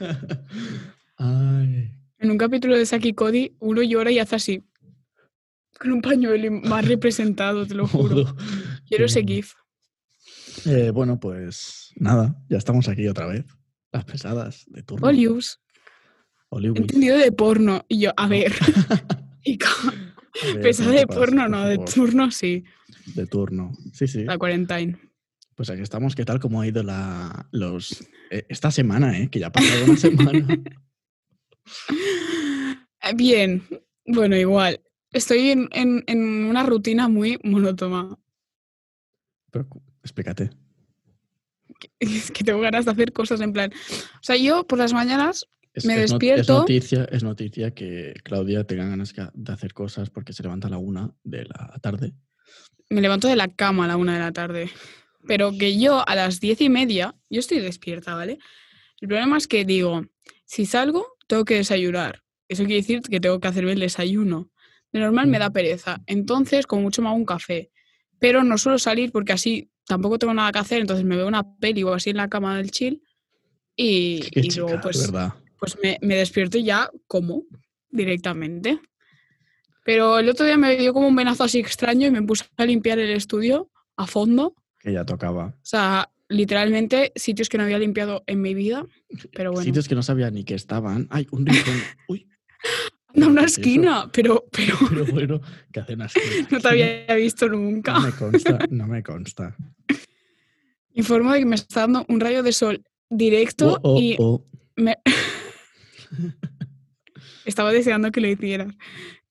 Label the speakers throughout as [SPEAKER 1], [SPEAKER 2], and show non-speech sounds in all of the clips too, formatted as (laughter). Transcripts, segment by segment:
[SPEAKER 1] (laughs) Ay.
[SPEAKER 2] En un capítulo de Saki Cody, uno llora y hace así. Con un pañuelo y
[SPEAKER 1] (laughs)
[SPEAKER 2] más representado, te lo juro.
[SPEAKER 1] Jodo.
[SPEAKER 2] Quiero ese
[SPEAKER 1] Mm.
[SPEAKER 2] GIF.
[SPEAKER 1] Eh, bueno, pues nada, ya estamos aquí otra vez. Las pesadas de turno.
[SPEAKER 2] Olius,
[SPEAKER 1] Olius.
[SPEAKER 2] entendido de porno. Y yo, a
[SPEAKER 1] (laughs)
[SPEAKER 2] ver. y con-
[SPEAKER 1] A ver,
[SPEAKER 2] pesada
[SPEAKER 1] no te
[SPEAKER 2] de
[SPEAKER 1] pases,
[SPEAKER 2] porno,
[SPEAKER 1] por
[SPEAKER 2] no, de
[SPEAKER 1] favor.
[SPEAKER 2] turno sí.
[SPEAKER 1] De turno. Sí, sí.
[SPEAKER 2] La cuarentena.
[SPEAKER 1] Pues aquí estamos. ¿Qué tal? ¿Cómo ha ido la, los, eh, esta semana, eh? Que ya ha pasado una
[SPEAKER 2] (laughs)
[SPEAKER 1] semana.
[SPEAKER 2] Eh, Bien, bueno, igual. Estoy en, en- en una rutina muy monótona. (laughs)
[SPEAKER 1] Pero cu- explícate.
[SPEAKER 2] Es que tengo ganas de hacer cosas en plan. O sea, yo por las mañanas,
[SPEAKER 1] Es,
[SPEAKER 2] Me
[SPEAKER 1] es not- Es
[SPEAKER 2] despierto.
[SPEAKER 1] noticia, es noticia que Claudia tenga ganas ca- de hacer cosas porque se levanta a la una de la tarde.
[SPEAKER 2] me levanto de la cama a la una de la tarde. Pero que yo a las diez y media, yo estoy despierta, ¿vale? El problema es que digo, si salgo, tengo que desayunar. Eso quiere decir que tengo que hacerme el desayuno. De normal me da pereza. Entonces, como mucho me hago un café. Pero no suelo salir porque así tampoco tengo nada que hacer. Entonces me veo una peli o así en la cama del chill. Y,
[SPEAKER 1] Qué
[SPEAKER 2] y luego
[SPEAKER 1] chica,
[SPEAKER 2] pues,
[SPEAKER 1] ¿verdad?
[SPEAKER 2] pues me, me despierto y ya como directamente. Pero el otro día me dio como un venazo así extraño y me puse a limpiar el estudio a fondo.
[SPEAKER 1] Que ya tocaba.
[SPEAKER 2] O sea, literalmente sitios que no había limpiado en mi vida. Pero bueno,
[SPEAKER 1] Sitios que no sabía ni que estaban. Ay, un rincón.
[SPEAKER 2] (laughs)
[SPEAKER 1] Uy,
[SPEAKER 2] anda una
[SPEAKER 1] ¿qué es eso?
[SPEAKER 2] esquina, pero, pero (laughs)
[SPEAKER 1] Pero bueno, que hace una esquina
[SPEAKER 2] no te
[SPEAKER 1] aquí. (laughs)
[SPEAKER 2] había visto
[SPEAKER 1] No
[SPEAKER 2] nunca.
[SPEAKER 1] me
[SPEAKER 2] (laughs)
[SPEAKER 1] consta, no me consta.
[SPEAKER 2] Informo de que me está dando un rayo de sol directo
[SPEAKER 1] Oh, oh,
[SPEAKER 2] y
[SPEAKER 1] oh.
[SPEAKER 2] me- estaba deseando que lo hicieras.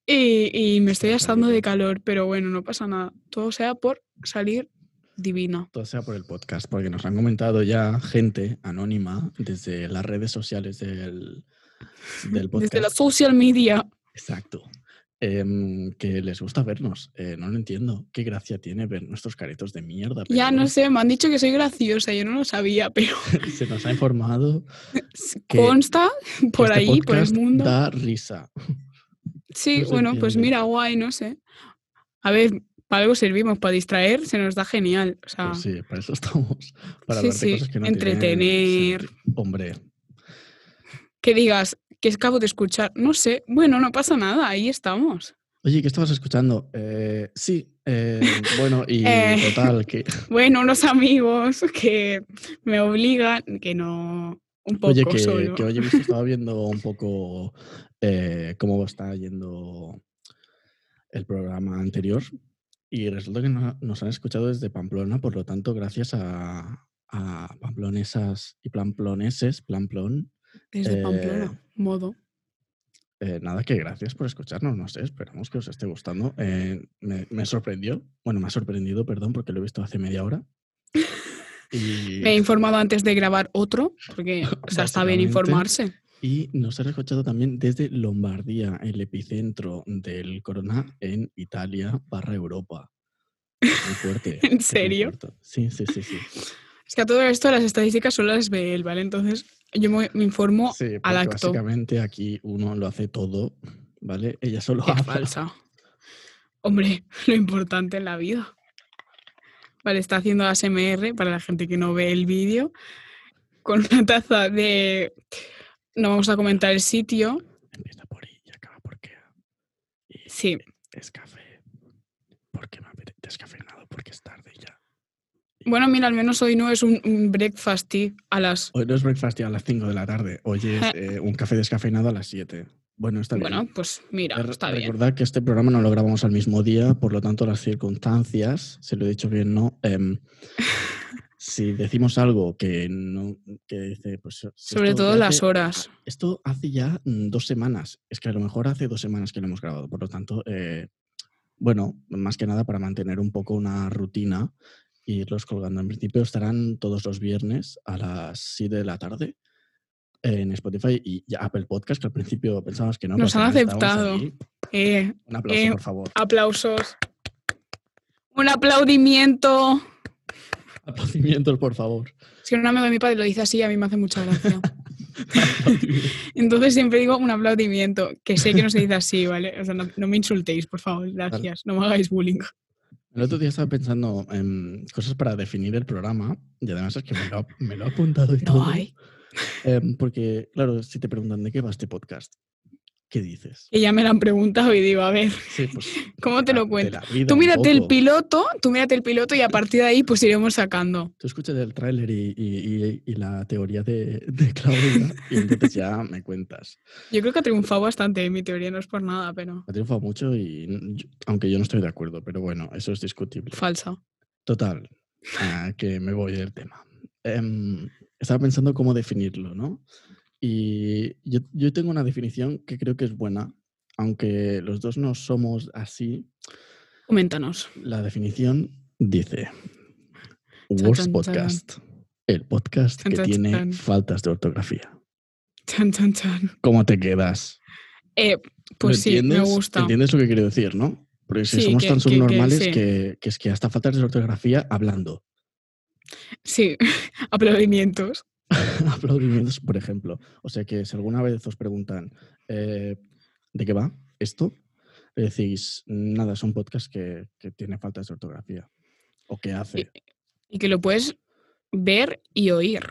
[SPEAKER 2] Y, y me estoy
[SPEAKER 1] Está
[SPEAKER 2] asando de
[SPEAKER 1] terrible.
[SPEAKER 2] calor, pero bueno, no pasa nada. Todo sea por salir divina.
[SPEAKER 1] Todo sea por el podcast, porque nos han comentado ya gente anónima desde las redes sociales del, del podcast.
[SPEAKER 2] (laughs) Desde la social media.
[SPEAKER 1] Exacto. Em, que les gusta vernos. Eh, no lo entiendo. Qué gracia tiene ver nuestros caretos de mierda. pero
[SPEAKER 2] Ya no
[SPEAKER 1] bueno,
[SPEAKER 2] sé, me han dicho que soy graciosa, yo no lo sabía, pero
[SPEAKER 1] (laughs) Se nos ha informado Que-
[SPEAKER 2] (laughs) consta por
[SPEAKER 1] que este
[SPEAKER 2] ahí, por el
[SPEAKER 1] podcast
[SPEAKER 2] mundo.
[SPEAKER 1] Da risa.
[SPEAKER 2] sí,
[SPEAKER 1] no se
[SPEAKER 2] bueno, pues
[SPEAKER 1] entiende.
[SPEAKER 2] mira, guay, no sé. A ver, para algo servimos, para distraer, se nos da genial. O sea,
[SPEAKER 1] Pues sí, para eso estamos. (laughs) Para
[SPEAKER 2] Ah. Sí,
[SPEAKER 1] hablar de
[SPEAKER 2] sí,
[SPEAKER 1] cosas que no
[SPEAKER 2] entretener.
[SPEAKER 1] Tienen, sentido. Hombre,
[SPEAKER 2] que digas que acabo de escuchar, no sé, bueno, no pasa nada, ahí estamos.
[SPEAKER 1] Oye, ¿qué estabas escuchando? Eh, sí,
[SPEAKER 2] (laughs)
[SPEAKER 1] eh, bueno, y
[SPEAKER 2] Eh.
[SPEAKER 1] total,
[SPEAKER 2] (laughs)
[SPEAKER 1] que, (laughs)
[SPEAKER 2] Bueno, unos amigos (laughs) que me obligan, que no, un poco
[SPEAKER 1] oye, que,
[SPEAKER 2] solo.
[SPEAKER 1] que hoy he visto, estaba
[SPEAKER 2] (laughs)
[SPEAKER 1] viendo un poco eh, cómo está yendo el programa anterior y resulta que no- nos han escuchado desde Pamplona, por lo tanto, gracias a, a pamplonesas y pamploneses, plamplón,
[SPEAKER 2] Desde
[SPEAKER 1] eh,
[SPEAKER 2] Pamplona, modo.
[SPEAKER 1] eh, nada que gracias por escucharnos, no sé, esperamos que os esté gustando. Eh, me, me sorprendió, bueno, me ha sorprendido, perdón, porque lo he visto hace media
[SPEAKER 2] (laughs)
[SPEAKER 1] hora. Y...
[SPEAKER 2] Me he informado antes de grabar otro, porque
[SPEAKER 1] (laughs)
[SPEAKER 2] o sea, está bien
[SPEAKER 1] Básicamente,
[SPEAKER 2] informarse. (laughs)
[SPEAKER 1] Y nos han escuchado también desde Lombardía, el epicentro del corona en Italia barra Europa. Es Muy fuerte.
[SPEAKER 2] (laughs) ¿En
[SPEAKER 1] es muy
[SPEAKER 2] serio?
[SPEAKER 1] fuerte. Sí, sí, sí, sí.
[SPEAKER 2] Es que a todo esto las estadísticas son las de él, ¿vale? Entonces yo me, me informo
[SPEAKER 1] Sí, (laughs) porque
[SPEAKER 2] al acto.
[SPEAKER 1] básicamente aquí uno lo hace todo, ¿vale? Ella solo (laughs)
[SPEAKER 2] Qué
[SPEAKER 1] habla.
[SPEAKER 2] falsa. Hombre, (laughs) lo importante en la vida. Vale, está haciendo ASMR para la gente que no ve el vídeo. Con una taza de. No vamos a comentar el sitio.
[SPEAKER 1] Empieza por I y acaba por K. Y
[SPEAKER 2] Sí,
[SPEAKER 1] es café. Porque me apetece descafeinado porque es tarde ya.
[SPEAKER 2] Bueno, mira, al menos hoy no es un, un breakfast tea a las.
[SPEAKER 1] Hoy no es breakfast ya a las 5 de la tarde. Hoy es
[SPEAKER 2] (laughs)
[SPEAKER 1] eh, un café descafeinado a las 7. Bueno, está bien.
[SPEAKER 2] Bueno, pues mira,
[SPEAKER 1] Re-
[SPEAKER 2] está bien.
[SPEAKER 1] Recordad que este programa no lo grabamos al mismo día, por lo tanto las circunstancias, se lo he dicho bien, ¿no?
[SPEAKER 2] (laughs)
[SPEAKER 1] Em, si decimos algo que no, que dice, pues... si
[SPEAKER 2] Sobre
[SPEAKER 1] esto
[SPEAKER 2] todo
[SPEAKER 1] hace-
[SPEAKER 2] las horas.
[SPEAKER 1] Esto hace ya mm, dos semanas, es que a lo mejor hace dos semanas que lo hemos grabado, por lo tanto, eh, bueno, más que nada para mantener un poco una rutina e irlos colgando. En principio estarán todos los viernes a las 7 de la tarde eh, en Spotify y y Apple Podcast, que al principio pensábamos que no.
[SPEAKER 2] Nos
[SPEAKER 1] pero al
[SPEAKER 2] han
[SPEAKER 1] final estábamos
[SPEAKER 2] aceptado.
[SPEAKER 1] ahí.
[SPEAKER 2] Eh,
[SPEAKER 1] Un aplauso,
[SPEAKER 2] Eh,
[SPEAKER 1] por favor. (laughs)
[SPEAKER 2] aplausos. Un aplaudimiento.
[SPEAKER 1] Aplaudimientos, por favor.
[SPEAKER 2] Es que un amigo de mi padre lo dice así y a mí me hace
[SPEAKER 1] (laughs)
[SPEAKER 2] mucha gracia. (laughs)
[SPEAKER 1] Aplaudimientos.
[SPEAKER 2] Entonces siempre digo un aplaudimiento, que sé que no se dice así, ¿vale? O sea, no, no me insultéis, por favor, gracias. No me hagáis bullying.
[SPEAKER 1] El otro día estaba pensando en cosas para definir el programa y además es que me lo, ha- me lo he apuntado y
[SPEAKER 2] (laughs) No
[SPEAKER 1] todo.
[SPEAKER 2] hay.
[SPEAKER 1] Em, porque, claro, si te preguntan de qué va este podcast, ¿qué dices?
[SPEAKER 2] Que ya me la han preguntado y digo, a ver,
[SPEAKER 1] Sí,
[SPEAKER 2] (laughs)
[SPEAKER 1] pues,
[SPEAKER 2] ¿cómo
[SPEAKER 1] de
[SPEAKER 2] te
[SPEAKER 1] la-
[SPEAKER 2] lo
[SPEAKER 1] de
[SPEAKER 2] cuento?
[SPEAKER 1] la vida
[SPEAKER 2] Tú
[SPEAKER 1] un
[SPEAKER 2] mírate el
[SPEAKER 1] poco.
[SPEAKER 2] piloto, tú mírate el piloto y a partir de ahí pues iremos sacando.
[SPEAKER 1] Tú escuchas el tráiler y, y- y- y la teoría de, (laughs) de Claudia y entonces ya me cuentas.
[SPEAKER 2] Yo creo que ha triunfado bastante, mi teoría no es por nada, pero
[SPEAKER 1] Ha triunfado mucho y n- yo- aunque yo no estoy de acuerdo, pero bueno, eso es discutible.
[SPEAKER 2] falsa.
[SPEAKER 1] Total, ah, que me voy del tema. Em, estaba pensando cómo definirlo, ¿no? Y yo, yo tengo una definición que creo que es buena, aunque los dos no somos así.
[SPEAKER 2] Coméntanos.
[SPEAKER 1] La definición dice:
[SPEAKER 2] Chan,
[SPEAKER 1] Worst
[SPEAKER 2] chan,
[SPEAKER 1] Podcast, el podcast
[SPEAKER 2] Chan,
[SPEAKER 1] que
[SPEAKER 2] chan,
[SPEAKER 1] tiene
[SPEAKER 2] chan.
[SPEAKER 1] faltas de ortografía.
[SPEAKER 2] Chan, chan, chan.
[SPEAKER 1] ¿Cómo te quedas?
[SPEAKER 2] Eh, pues
[SPEAKER 1] ¿Lo
[SPEAKER 2] sí, me gusta.
[SPEAKER 1] ¿Entiendes lo que quiero decir, no? Porque si
[SPEAKER 2] Sí,
[SPEAKER 1] somos
[SPEAKER 2] que-
[SPEAKER 1] tan
[SPEAKER 2] que- que
[SPEAKER 1] subnormales que,
[SPEAKER 2] sí.
[SPEAKER 1] que es que hasta faltas de ortografía hablando. (laughs)
[SPEAKER 2] Sí, (laughs) aplaudimientos.
[SPEAKER 1] aplaudimientos, por ejemplo. O sea que si alguna vez os preguntan eh, de qué va esto, le decís, nada, son podcasts que, que tiene faltas de ortografía. O que hace.
[SPEAKER 2] Y que lo puedes ver y oír.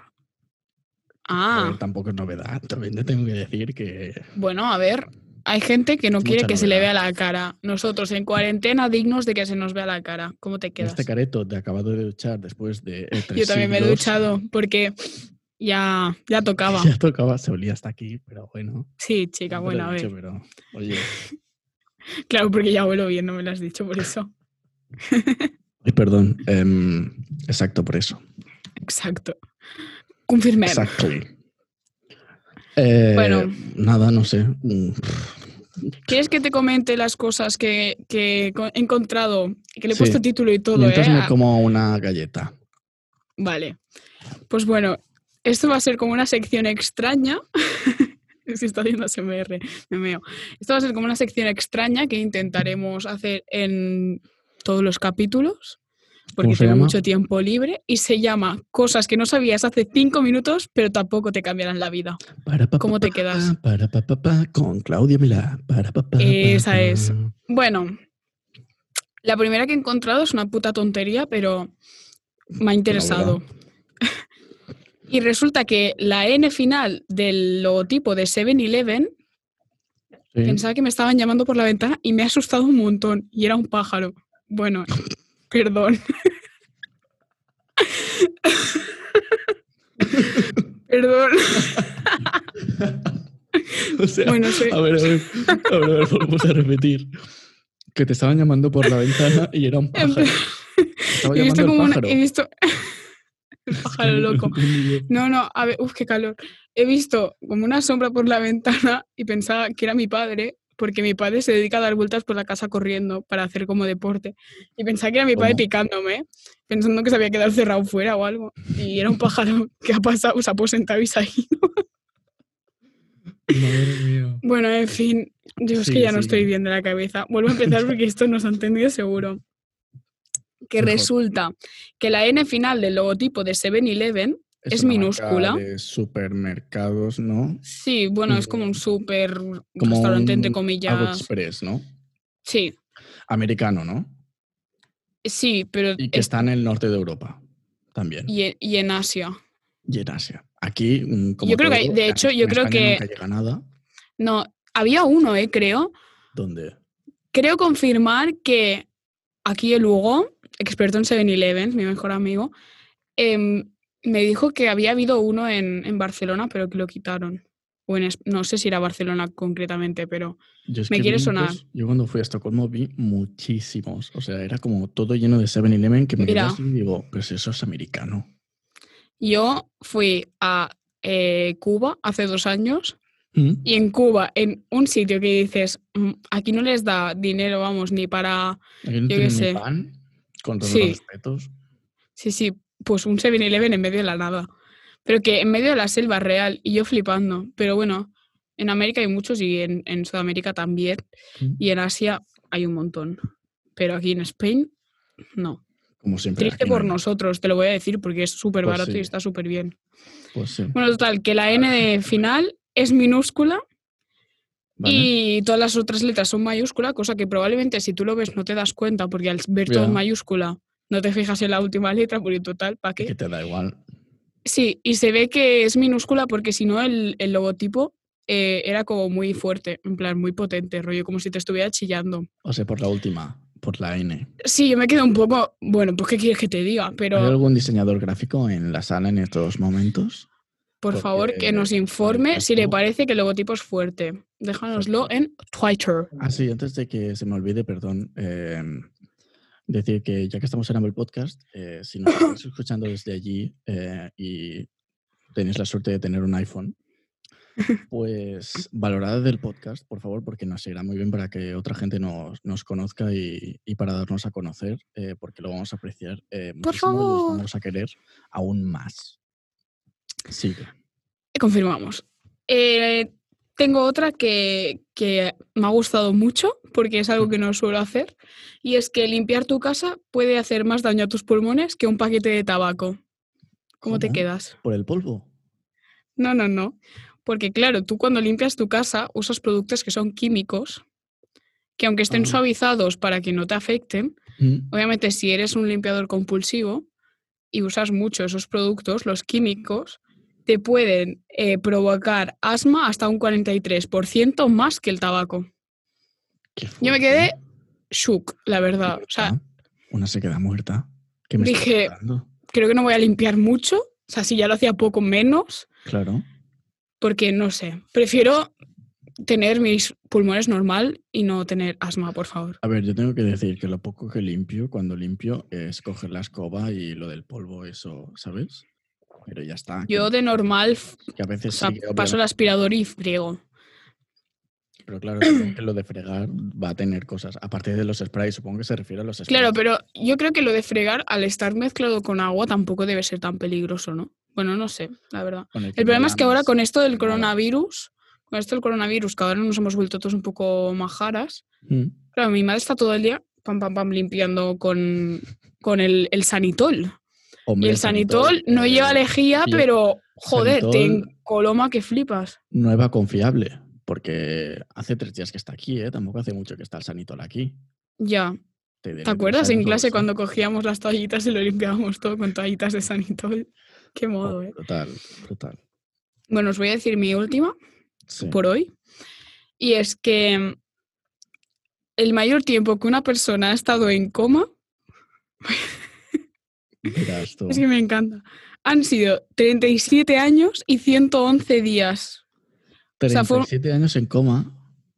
[SPEAKER 1] A
[SPEAKER 2] Ah,
[SPEAKER 1] ver, tampoco es novedad. También te tengo que decir que
[SPEAKER 2] bueno, a ver. Hay gente que no
[SPEAKER 1] Es
[SPEAKER 2] quiere
[SPEAKER 1] mucha
[SPEAKER 2] que se le vea
[SPEAKER 1] novedad.
[SPEAKER 2] la cara. Nosotros en cuarentena dignos de que se nos vea la cara. ¿Cómo te quedas?
[SPEAKER 1] este careto te acabado de duchar después de eh, tres
[SPEAKER 2] (laughs) Yo también me he
[SPEAKER 1] siglos,
[SPEAKER 2] duchado porque ya, ya tocaba.
[SPEAKER 1] (laughs) Ya tocaba, se olía hasta aquí, pero bueno.
[SPEAKER 2] Sí, chica,
[SPEAKER 1] no te lo he
[SPEAKER 2] bueno, a
[SPEAKER 1] dicho,
[SPEAKER 2] ver.
[SPEAKER 1] pero, oye,
[SPEAKER 2] Claro, porque ya vuelo bien, no me lo has dicho por eso.
[SPEAKER 1] ay, perdón. em, exacto, por eso.
[SPEAKER 2] Exacto. Confirmé.
[SPEAKER 1] Exactly. Eh,
[SPEAKER 2] Bueno.
[SPEAKER 1] Nada, no sé. mm, pff,
[SPEAKER 2] ¿Quieres que te comente las cosas que, que co- he encontrado? Que le he
[SPEAKER 1] Sí.
[SPEAKER 2] puesto título y todo,
[SPEAKER 1] Mientras
[SPEAKER 2] ¿eh?
[SPEAKER 1] me
[SPEAKER 2] A-
[SPEAKER 1] como una galleta.
[SPEAKER 2] Vale. Pues bueno, esto va a ser como una sección extraña. (laughs) Si está haciendo SMR, me meo. Esto va a ser como una sección extraña que intentaremos hacer en todos los capítulos, porque
[SPEAKER 1] se
[SPEAKER 2] tengo
[SPEAKER 1] llama?
[SPEAKER 2] mucho tiempo libre, y se llama Cosas que no sabías hace cinco minutos, pero tampoco te cambiarán la vida.
[SPEAKER 1] Para, pa, pa,
[SPEAKER 2] ¿Cómo te
[SPEAKER 1] pa,
[SPEAKER 2] quedas?
[SPEAKER 1] pa, Para, pa, pa, pa, con Claudia Milá. Para, pa, pa, pa,
[SPEAKER 2] Esa
[SPEAKER 1] pa.
[SPEAKER 2] es. Bueno, la primera que he encontrado es una puta tontería, pero me ha interesado. (laughs) y resulta que la N final del logotipo de 7-Eleven,
[SPEAKER 1] Sí.
[SPEAKER 2] pensaba que me estaban llamando por la ventana y me ha asustado un montón. Y era un pájaro. Bueno, (laughs) perdón. (laughs)
[SPEAKER 1] (laughs)
[SPEAKER 2] perdón.
[SPEAKER 1] (laughs) O sea,
[SPEAKER 2] Bueno, sí.
[SPEAKER 1] a ver, a ver, a ver, a ver, volvemos a repetir. Que te estaban llamando por la ventana y
[SPEAKER 2] (laughs)
[SPEAKER 1] era un pájaro. Estaba
[SPEAKER 2] He visto
[SPEAKER 1] llamando el
[SPEAKER 2] como una-
[SPEAKER 1] pájaro.
[SPEAKER 2] (laughs) He visto... el pájaro (laughs) loco. No, no, a ver, uff, qué calor. He visto como una sombra por la (laughs) ventana y pensaba que era mi padre, porque mi padre se dedica a dar vueltas por la casa corriendo para hacer como deporte. Y pensaba que era mi padre
[SPEAKER 1] ¿Cómo?
[SPEAKER 2] picándome, pensando que se había quedado cerrado fuera o algo. Y era un pájaro (laughs) que ha pasado, se ha posentado y se ha ido. (laughs)
[SPEAKER 1] Madre mía.
[SPEAKER 2] Bueno, en fin, yo es que
[SPEAKER 1] Sigue,
[SPEAKER 2] ya no estoy
[SPEAKER 1] sigue.
[SPEAKER 2] bien de la cabeza. Vuelvo a empezar porque esto nos ha entendido seguro. Que
[SPEAKER 1] Mejor.
[SPEAKER 2] resulta que la N final del logotipo de 7-Eleven Es
[SPEAKER 1] una marca
[SPEAKER 2] minúscula.
[SPEAKER 1] De supermercados, ¿no?
[SPEAKER 2] Sí, bueno, es como un
[SPEAKER 1] Mm,
[SPEAKER 2] súper
[SPEAKER 1] Como
[SPEAKER 2] restaurante, entre
[SPEAKER 1] un Algo
[SPEAKER 2] comillas.
[SPEAKER 1] Express, ¿no?
[SPEAKER 2] Sí,
[SPEAKER 1] Americano, ¿no?
[SPEAKER 2] sí, pero
[SPEAKER 1] Y que
[SPEAKER 2] es-
[SPEAKER 1] está en el norte de Europa también.
[SPEAKER 2] y, en- y en Asia.
[SPEAKER 1] Y en Asia. Aquí, mm, como
[SPEAKER 2] Yo creo que hay-
[SPEAKER 1] todo,
[SPEAKER 2] de
[SPEAKER 1] en-
[SPEAKER 2] hecho,
[SPEAKER 1] en
[SPEAKER 2] yo creo
[SPEAKER 1] España
[SPEAKER 2] que-
[SPEAKER 1] nunca llega nada.
[SPEAKER 2] No, había uno, eh, creo.
[SPEAKER 1] ¿Dónde?
[SPEAKER 2] Creo confirmar que aquí el Hugo, experto en 7-Eleven, mi mejor amigo, em, me dijo que había habido uno en, en Barcelona, pero que lo quitaron. O en, es- no sé si era Barcelona concretamente, pero
[SPEAKER 1] Yo es
[SPEAKER 2] Me
[SPEAKER 1] que
[SPEAKER 2] quiere
[SPEAKER 1] vi
[SPEAKER 2] sonar.
[SPEAKER 1] muchos- yo cuando fui a Estocolmo vi muchísimos. O sea, era como todo lleno de 7-Eleven que me quedé
[SPEAKER 2] Mira.
[SPEAKER 1] así y digo, pero si eso es americano.
[SPEAKER 2] yo fui a eh, Cuba hace dos años
[SPEAKER 1] ¿Mm?
[SPEAKER 2] Y en Cuba, en un sitio que dices, "Mm, aquí no les da dinero, vamos, ni para,
[SPEAKER 1] Aquí no
[SPEAKER 2] qué
[SPEAKER 1] tienen ni
[SPEAKER 2] sé.
[SPEAKER 1] pan, con todos
[SPEAKER 2] Sí.
[SPEAKER 1] los respetos.
[SPEAKER 2] sí, sí, pues un 7-Eleven en medio de la nada. Pero que en medio de la selva real, y yo flipando. Pero bueno, en América hay muchos y en, en Sudamérica también,
[SPEAKER 1] ¿Mm?
[SPEAKER 2] y en Asia hay un montón. Pero aquí en Spain, no.
[SPEAKER 1] Como siempre.
[SPEAKER 2] Triste
[SPEAKER 1] aquí no
[SPEAKER 2] por
[SPEAKER 1] hay nada.
[SPEAKER 2] nosotros, te lo voy a decir, porque es súper
[SPEAKER 1] Pues
[SPEAKER 2] barato
[SPEAKER 1] sí.
[SPEAKER 2] y está súper bien.
[SPEAKER 1] Pues sí.
[SPEAKER 2] Bueno, total, que la N de final es minúscula
[SPEAKER 1] Vale.
[SPEAKER 2] Y todas las otras letras son mayúscula, cosa que probablemente si tú lo ves no te das cuenta, porque al ver todo
[SPEAKER 1] Ya.
[SPEAKER 2] en mayúscula no te fijas en la última letra, porque total, ¿para qué?
[SPEAKER 1] Que te da igual.
[SPEAKER 2] Sí, y se ve que es minúscula porque si no el, el logotipo eh, era como muy fuerte, en plan muy potente, rollo como si te estuviera chillando.
[SPEAKER 1] O sea, por la última, por la N.
[SPEAKER 2] Sí, yo me quedo un poco, bueno, pues qué quieres que te diga,
[SPEAKER 1] ¿Hay
[SPEAKER 2] pero
[SPEAKER 1] algún diseñador gráfico en la sala en estos momentos?
[SPEAKER 2] por favor
[SPEAKER 1] porque
[SPEAKER 2] que nos informe si le
[SPEAKER 1] esto-
[SPEAKER 2] parece que el logotipo es fuerte. Déjanoslo en Twitter.
[SPEAKER 1] Ah, sí, antes de que se me olvide, perdón, eh, decir que ya que estamos en Apple Podcast, eh, si nos
[SPEAKER 2] (coughs)
[SPEAKER 1] estáis escuchando desde allí eh, y tenéis la suerte de tener un
[SPEAKER 2] (laughs)
[SPEAKER 1] iPhone, pues valorad el podcast, por favor, porque nos irá muy bien para que otra gente nos, nos conozca y, y para darnos a conocer, eh, porque lo vamos a apreciar eh, muchísimo y
[SPEAKER 2] Por
[SPEAKER 1] los
[SPEAKER 2] favor.
[SPEAKER 1] vamos a querer aún más. Sigue.
[SPEAKER 2] Confirmamos. Eh, tengo otra que, que me ha gustado mucho porque es algo que no suelo hacer y es que limpiar tu casa puede hacer más daño a tus pulmones que un paquete de tabaco. ¿Cómo te
[SPEAKER 1] Joder.
[SPEAKER 2] quedas?
[SPEAKER 1] ¿Por el polvo?
[SPEAKER 2] No, no, no. Porque claro, tú cuando limpias tu casa usas productos que son químicos, que aunque estén
[SPEAKER 1] Ah.
[SPEAKER 2] suavizados para que no te afecten,
[SPEAKER 1] Mm,
[SPEAKER 2] obviamente si eres un limpiador compulsivo y usas mucho esos productos, los químicos, te pueden eh, provocar asma hasta un 43% más que el tabaco.
[SPEAKER 1] qué
[SPEAKER 2] Yo me
[SPEAKER 1] fuerte. ¿eh?
[SPEAKER 2] quedé shook, la verdad. O sea,
[SPEAKER 1] muerta. ah, Una se queda muerta. ¿Qué me estás
[SPEAKER 2] Dije-
[SPEAKER 1] contando?
[SPEAKER 2] creo que no voy a limpiar mucho. O sea, si ya lo hacía poco menos,
[SPEAKER 1] Claro.
[SPEAKER 2] porque no sé. Prefiero tener mis pulmones normal y no tener asma, por favor.
[SPEAKER 1] A ver, yo tengo que decir que lo poco que limpio cuando limpio es coger la escoba y lo del polvo, eso, ¿sabes? Pero ya está.
[SPEAKER 2] Yo de normal f-
[SPEAKER 1] que, que a
[SPEAKER 2] o
[SPEAKER 1] veces
[SPEAKER 2] sea,
[SPEAKER 1] sí que,
[SPEAKER 2] paso el
[SPEAKER 1] obviamente,
[SPEAKER 2] aspirador y friego.
[SPEAKER 1] pero claro, supongo que lo de fregar va a tener cosas. Aparte de los sprays, supongo que se refiere a los sprays.
[SPEAKER 2] Claro, pero yo creo que lo de fregar al estar mezclado con agua tampoco debe ser tan peligroso, ¿no? Bueno, no sé, la verdad.
[SPEAKER 1] Con
[SPEAKER 2] El problema es que ahora con
[SPEAKER 1] el...
[SPEAKER 2] esto del
[SPEAKER 1] nada.
[SPEAKER 2] coronavirus, con esto del coronavirus, que ahora nos hemos vuelto todos un poco majaras,
[SPEAKER 1] que me llamas. Mm,
[SPEAKER 2] claro, mi madre está todo el día pam, pam, pam, limpiando con, con el, el sanitol. Y
[SPEAKER 1] hombre,
[SPEAKER 2] el sanitol no
[SPEAKER 1] eh,
[SPEAKER 2] lleva lejía,
[SPEAKER 1] y el
[SPEAKER 2] pero joder, te
[SPEAKER 1] Sanitol-
[SPEAKER 2] encoloma que flipas.
[SPEAKER 1] Nueva confiable, porque hace tres días que está aquí, ¿eh? Tampoco hace mucho que está el sanitol aquí.
[SPEAKER 2] Ya.
[SPEAKER 1] Te, diré
[SPEAKER 2] ¿Te
[SPEAKER 1] tres
[SPEAKER 2] acuerdas en
[SPEAKER 1] años o
[SPEAKER 2] clase
[SPEAKER 1] así.
[SPEAKER 2] cuando cogíamos las toallitas y lo limpiábamos todo con toallitas de sanitol? Qué
[SPEAKER 1] Oh,
[SPEAKER 2] modo, ¿eh?
[SPEAKER 1] Brutal, brutal.
[SPEAKER 2] Bueno, os voy a decir mi última.
[SPEAKER 1] Sí.
[SPEAKER 2] por hoy. Y es que mm, el mayor tiempo que una persona ha estado en coma, (laughs)
[SPEAKER 1] Verás tú.
[SPEAKER 2] es que me encanta, han sido 37 años y 111 días. sea, fue-
[SPEAKER 1] 37 años en coma.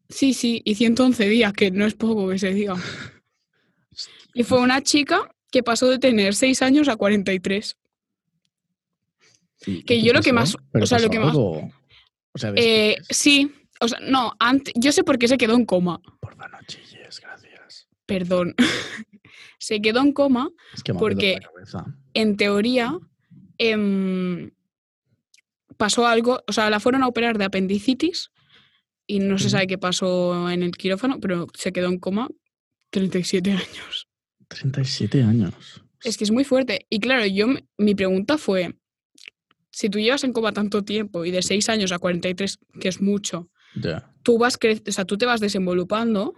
[SPEAKER 2] Sí, sí, y 111 días, que no es poco que se diga. Y fue una chica que pasó de tener 6 años a 43.
[SPEAKER 1] ¿Y- y
[SPEAKER 2] que
[SPEAKER 1] qué
[SPEAKER 2] yo lo que
[SPEAKER 1] pasó?
[SPEAKER 2] más-
[SPEAKER 1] ¿Pero
[SPEAKER 2] o sea, lo
[SPEAKER 1] pasó
[SPEAKER 2] que más-
[SPEAKER 1] algo? O sea,
[SPEAKER 2] Eh,
[SPEAKER 1] después,
[SPEAKER 2] sí, o sea, no, ante- yo sé por qué se quedó en coma.
[SPEAKER 1] porfa, no chilles, gracias.
[SPEAKER 2] Perdón. (laughs) se quedó en coma
[SPEAKER 1] Es que me ha
[SPEAKER 2] porque-
[SPEAKER 1] petado la cabeza.
[SPEAKER 2] en teoría, em, pasó algo, o sea, la fueron a operar de apendicitis y no se
[SPEAKER 1] Ujú.
[SPEAKER 2] sabe qué pasó en el quirófano, pero se quedó en coma 37 años.
[SPEAKER 1] 37 años.
[SPEAKER 2] Es que es muy fuerte. Y claro, yo me- mi pregunta fue, si tú llevas en coma tanto tiempo y de 6 años a 43, que es mucho,
[SPEAKER 1] Ya.
[SPEAKER 2] tú vas cre- o sea, tú te vas desenvolupando,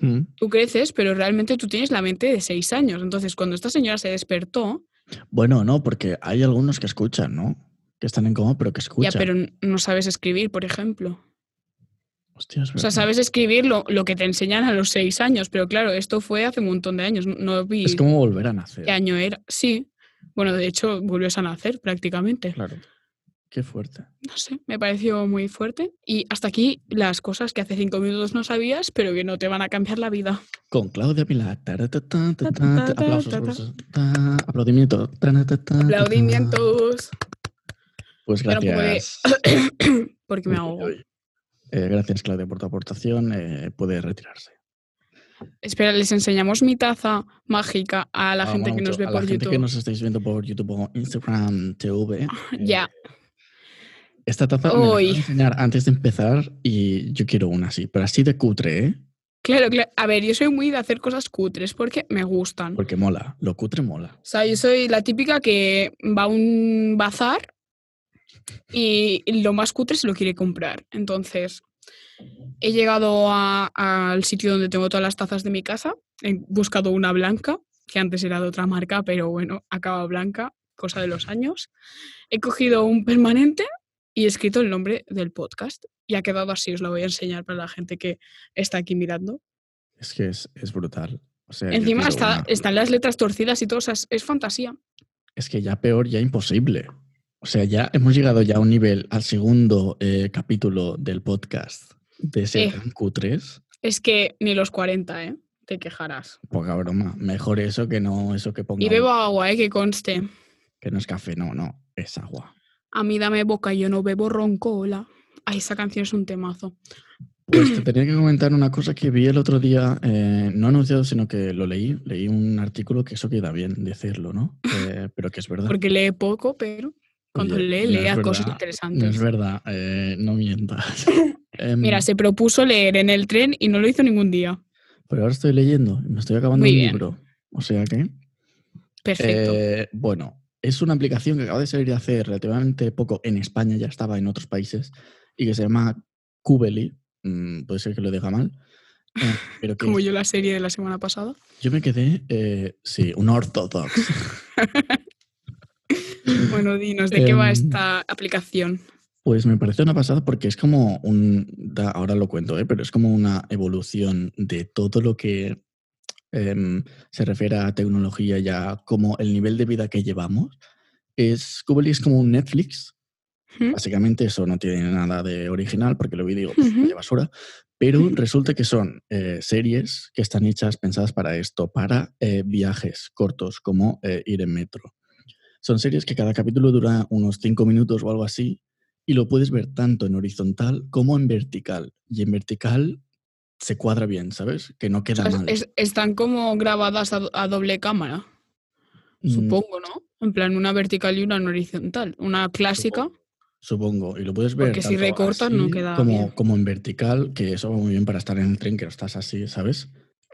[SPEAKER 1] Mm.
[SPEAKER 2] tú creces, pero realmente tú tienes la mente de 6 años. Entonces, cuando esta señora se despertó,
[SPEAKER 1] Bueno, no, porque hay algunos que escuchan, ¿no? Que están en coma, pero que escuchan.
[SPEAKER 2] ya pero n- no sabes escribir, por ejemplo.
[SPEAKER 1] Hostia, es
[SPEAKER 2] O sea,
[SPEAKER 1] verdad.
[SPEAKER 2] sabes escribir lo, lo que te enseñan a los seis años, pero claro, esto fue hace un montón de años. no- No vi
[SPEAKER 1] Es como volver a nacer.
[SPEAKER 2] qué año era. Sí. Bueno, de hecho, volvió a nacer prácticamente.
[SPEAKER 1] Claro. Qué fuerte.
[SPEAKER 2] No sé, me pareció muy fuerte. Y hasta aquí las cosas que hace cinco minutos no sabías, pero que no te van a cambiar
[SPEAKER 1] (laughs)
[SPEAKER 2] la vida.
[SPEAKER 1] Con Claudia Pilar. Taratata,
[SPEAKER 2] Ta, ta,
[SPEAKER 1] tata,
[SPEAKER 2] ta,
[SPEAKER 1] Aplausos,
[SPEAKER 2] ta, ta.
[SPEAKER 1] aplausos. Ta, Aplaudimiento. Taratata, tata.
[SPEAKER 2] Aplaudimientos.
[SPEAKER 1] Pues
[SPEAKER 2] Era un poco de-
[SPEAKER 1] gracias.
[SPEAKER 2] Porque (laughs) me
[SPEAKER 1] Uy, uy,
[SPEAKER 2] ahogo.
[SPEAKER 1] uy. Eh, gracias, Claudia, por tu aportación. Eh, puede retirarse.
[SPEAKER 2] Espera, les enseñamos mi taza mágica a la
[SPEAKER 1] Ah,
[SPEAKER 2] gente
[SPEAKER 1] mola
[SPEAKER 2] que
[SPEAKER 1] mucho.
[SPEAKER 2] nos ve
[SPEAKER 1] A
[SPEAKER 2] por
[SPEAKER 1] la gente
[SPEAKER 2] YouTube. Ah,
[SPEAKER 1] que nos estáis viendo por YouTube o Instagram TV.
[SPEAKER 2] Ya.
[SPEAKER 1] eh, Esta taza me la acabo de
[SPEAKER 2] Uy.
[SPEAKER 1] enseñar antes de empezar y yo quiero una así, pero así de cutre, ¿eh?
[SPEAKER 2] Claro, claro. A ver, yo soy muy de hacer cosas cutres porque me gustan.
[SPEAKER 1] Porque mola. Lo cutre mola.
[SPEAKER 2] O sea, yo soy la típica que va a un bazar y lo más cutre se lo quiere comprar. Entonces, He llegado a- al sitio donde tengo todas las tazas de mi casa. He buscado una blanca, que antes era de otra marca, pero bueno, acaba blanca, cosa de los años. He cogido un permanente y he escrito el nombre del podcast. Y ha quedado así, os lo voy a enseñar para la gente que está aquí mirando.
[SPEAKER 1] Es que es, es brutal. O sea, Eh, yo
[SPEAKER 2] Encima
[SPEAKER 1] quiero
[SPEAKER 2] está-
[SPEAKER 1] una-
[SPEAKER 2] están las letras torcidas y todo, o sea, es, es fantasía.
[SPEAKER 1] Es que ya peor, ya imposible. O sea, ya hemos llegado ya a un nivel, al segundo eh, capítulo del podcast de ese
[SPEAKER 2] Eh.
[SPEAKER 1] tan Q3.
[SPEAKER 2] Es que ni los 40, ¿eh? Te quejarás.
[SPEAKER 1] Poca broma. Mejor eso que no eso que ponga.
[SPEAKER 2] Y bebo agua, ¿eh? Que conste.
[SPEAKER 1] Que no es café, no, no. Es agua.
[SPEAKER 2] A mí dame boca, yo no bebo roncola. Ay, esa canción es un temazo.
[SPEAKER 1] Pues te tenía que comentar una cosa que vi el otro día, eh, no anunciado, sino que lo leí. Leí un artículo que eso queda bien decirlo,
[SPEAKER 2] (laughs)
[SPEAKER 1] ¿no? Eh, pero que es verdad.
[SPEAKER 2] Porque lee poco, pero cuando
[SPEAKER 1] Oye,
[SPEAKER 2] lee,
[SPEAKER 1] no es
[SPEAKER 2] lea
[SPEAKER 1] verdad,
[SPEAKER 2] cosas
[SPEAKER 1] No
[SPEAKER 2] interesantes.
[SPEAKER 1] es verdad, eh, no mientas. Em,
[SPEAKER 2] (laughs) Mira, se propuso leer en el tren y no lo hizo ningún día.
[SPEAKER 1] Pero ahora estoy leyendo, me estoy acabando
[SPEAKER 2] Muy
[SPEAKER 1] el
[SPEAKER 2] bien.
[SPEAKER 1] libro. O sea que.
[SPEAKER 2] Perfecto.
[SPEAKER 1] Eh, bueno, es una aplicación que acaba de salir hace relativamente poco en España, ya estaba en otros países, y que se llama Cubeli. mm, puede ser que lo diga mal. eh, pero que
[SPEAKER 2] Como yo la serie de la
[SPEAKER 1] (clears throat)
[SPEAKER 2] semana pasada.
[SPEAKER 1] yo me quedé, eh, sí, un ortodox.
[SPEAKER 2] Bueno, dinos, ¿de qué va
[SPEAKER 1] Em,
[SPEAKER 2] esta aplicación?
[SPEAKER 1] Pues me parece una pasada porque es como un, da- ahora lo cuento, ¿eh? pero es como una evolución de todo lo que em, se refiere a tecnología ya, como el nivel de vida que llevamos. Es, Kubeli es como un Netflix,
[SPEAKER 2] ¿Mm?
[SPEAKER 1] Básicamente eso no tiene nada de original porque lo vi y digo, "Pues,
[SPEAKER 2] Ujú.
[SPEAKER 1] vaya basura. Pero resulta que son eh, series que están hechas, pensadas para esto, para eh, viajes cortos, como eh, ir en metro. Son series que cada capítulo dura unos cinco minutos o algo así y lo puedes ver tanto en horizontal como en vertical. Y en vertical se cuadra bien, ¿sabes? Que no queda
[SPEAKER 2] Es-
[SPEAKER 1] mal.
[SPEAKER 2] es- están como grabadas a, do- a doble cámara,
[SPEAKER 1] Mm,
[SPEAKER 2] supongo, ¿no? En plan, una vertical y una en horizontal. Una clásica.
[SPEAKER 1] Supongo, y lo puedes ver.
[SPEAKER 2] Porque si
[SPEAKER 1] tanto
[SPEAKER 2] recortas no
[SPEAKER 1] así
[SPEAKER 2] queda
[SPEAKER 1] como,
[SPEAKER 2] bien.
[SPEAKER 1] como en vertical, que eso va muy bien para estar en el tren, que no estás así, ¿sabes?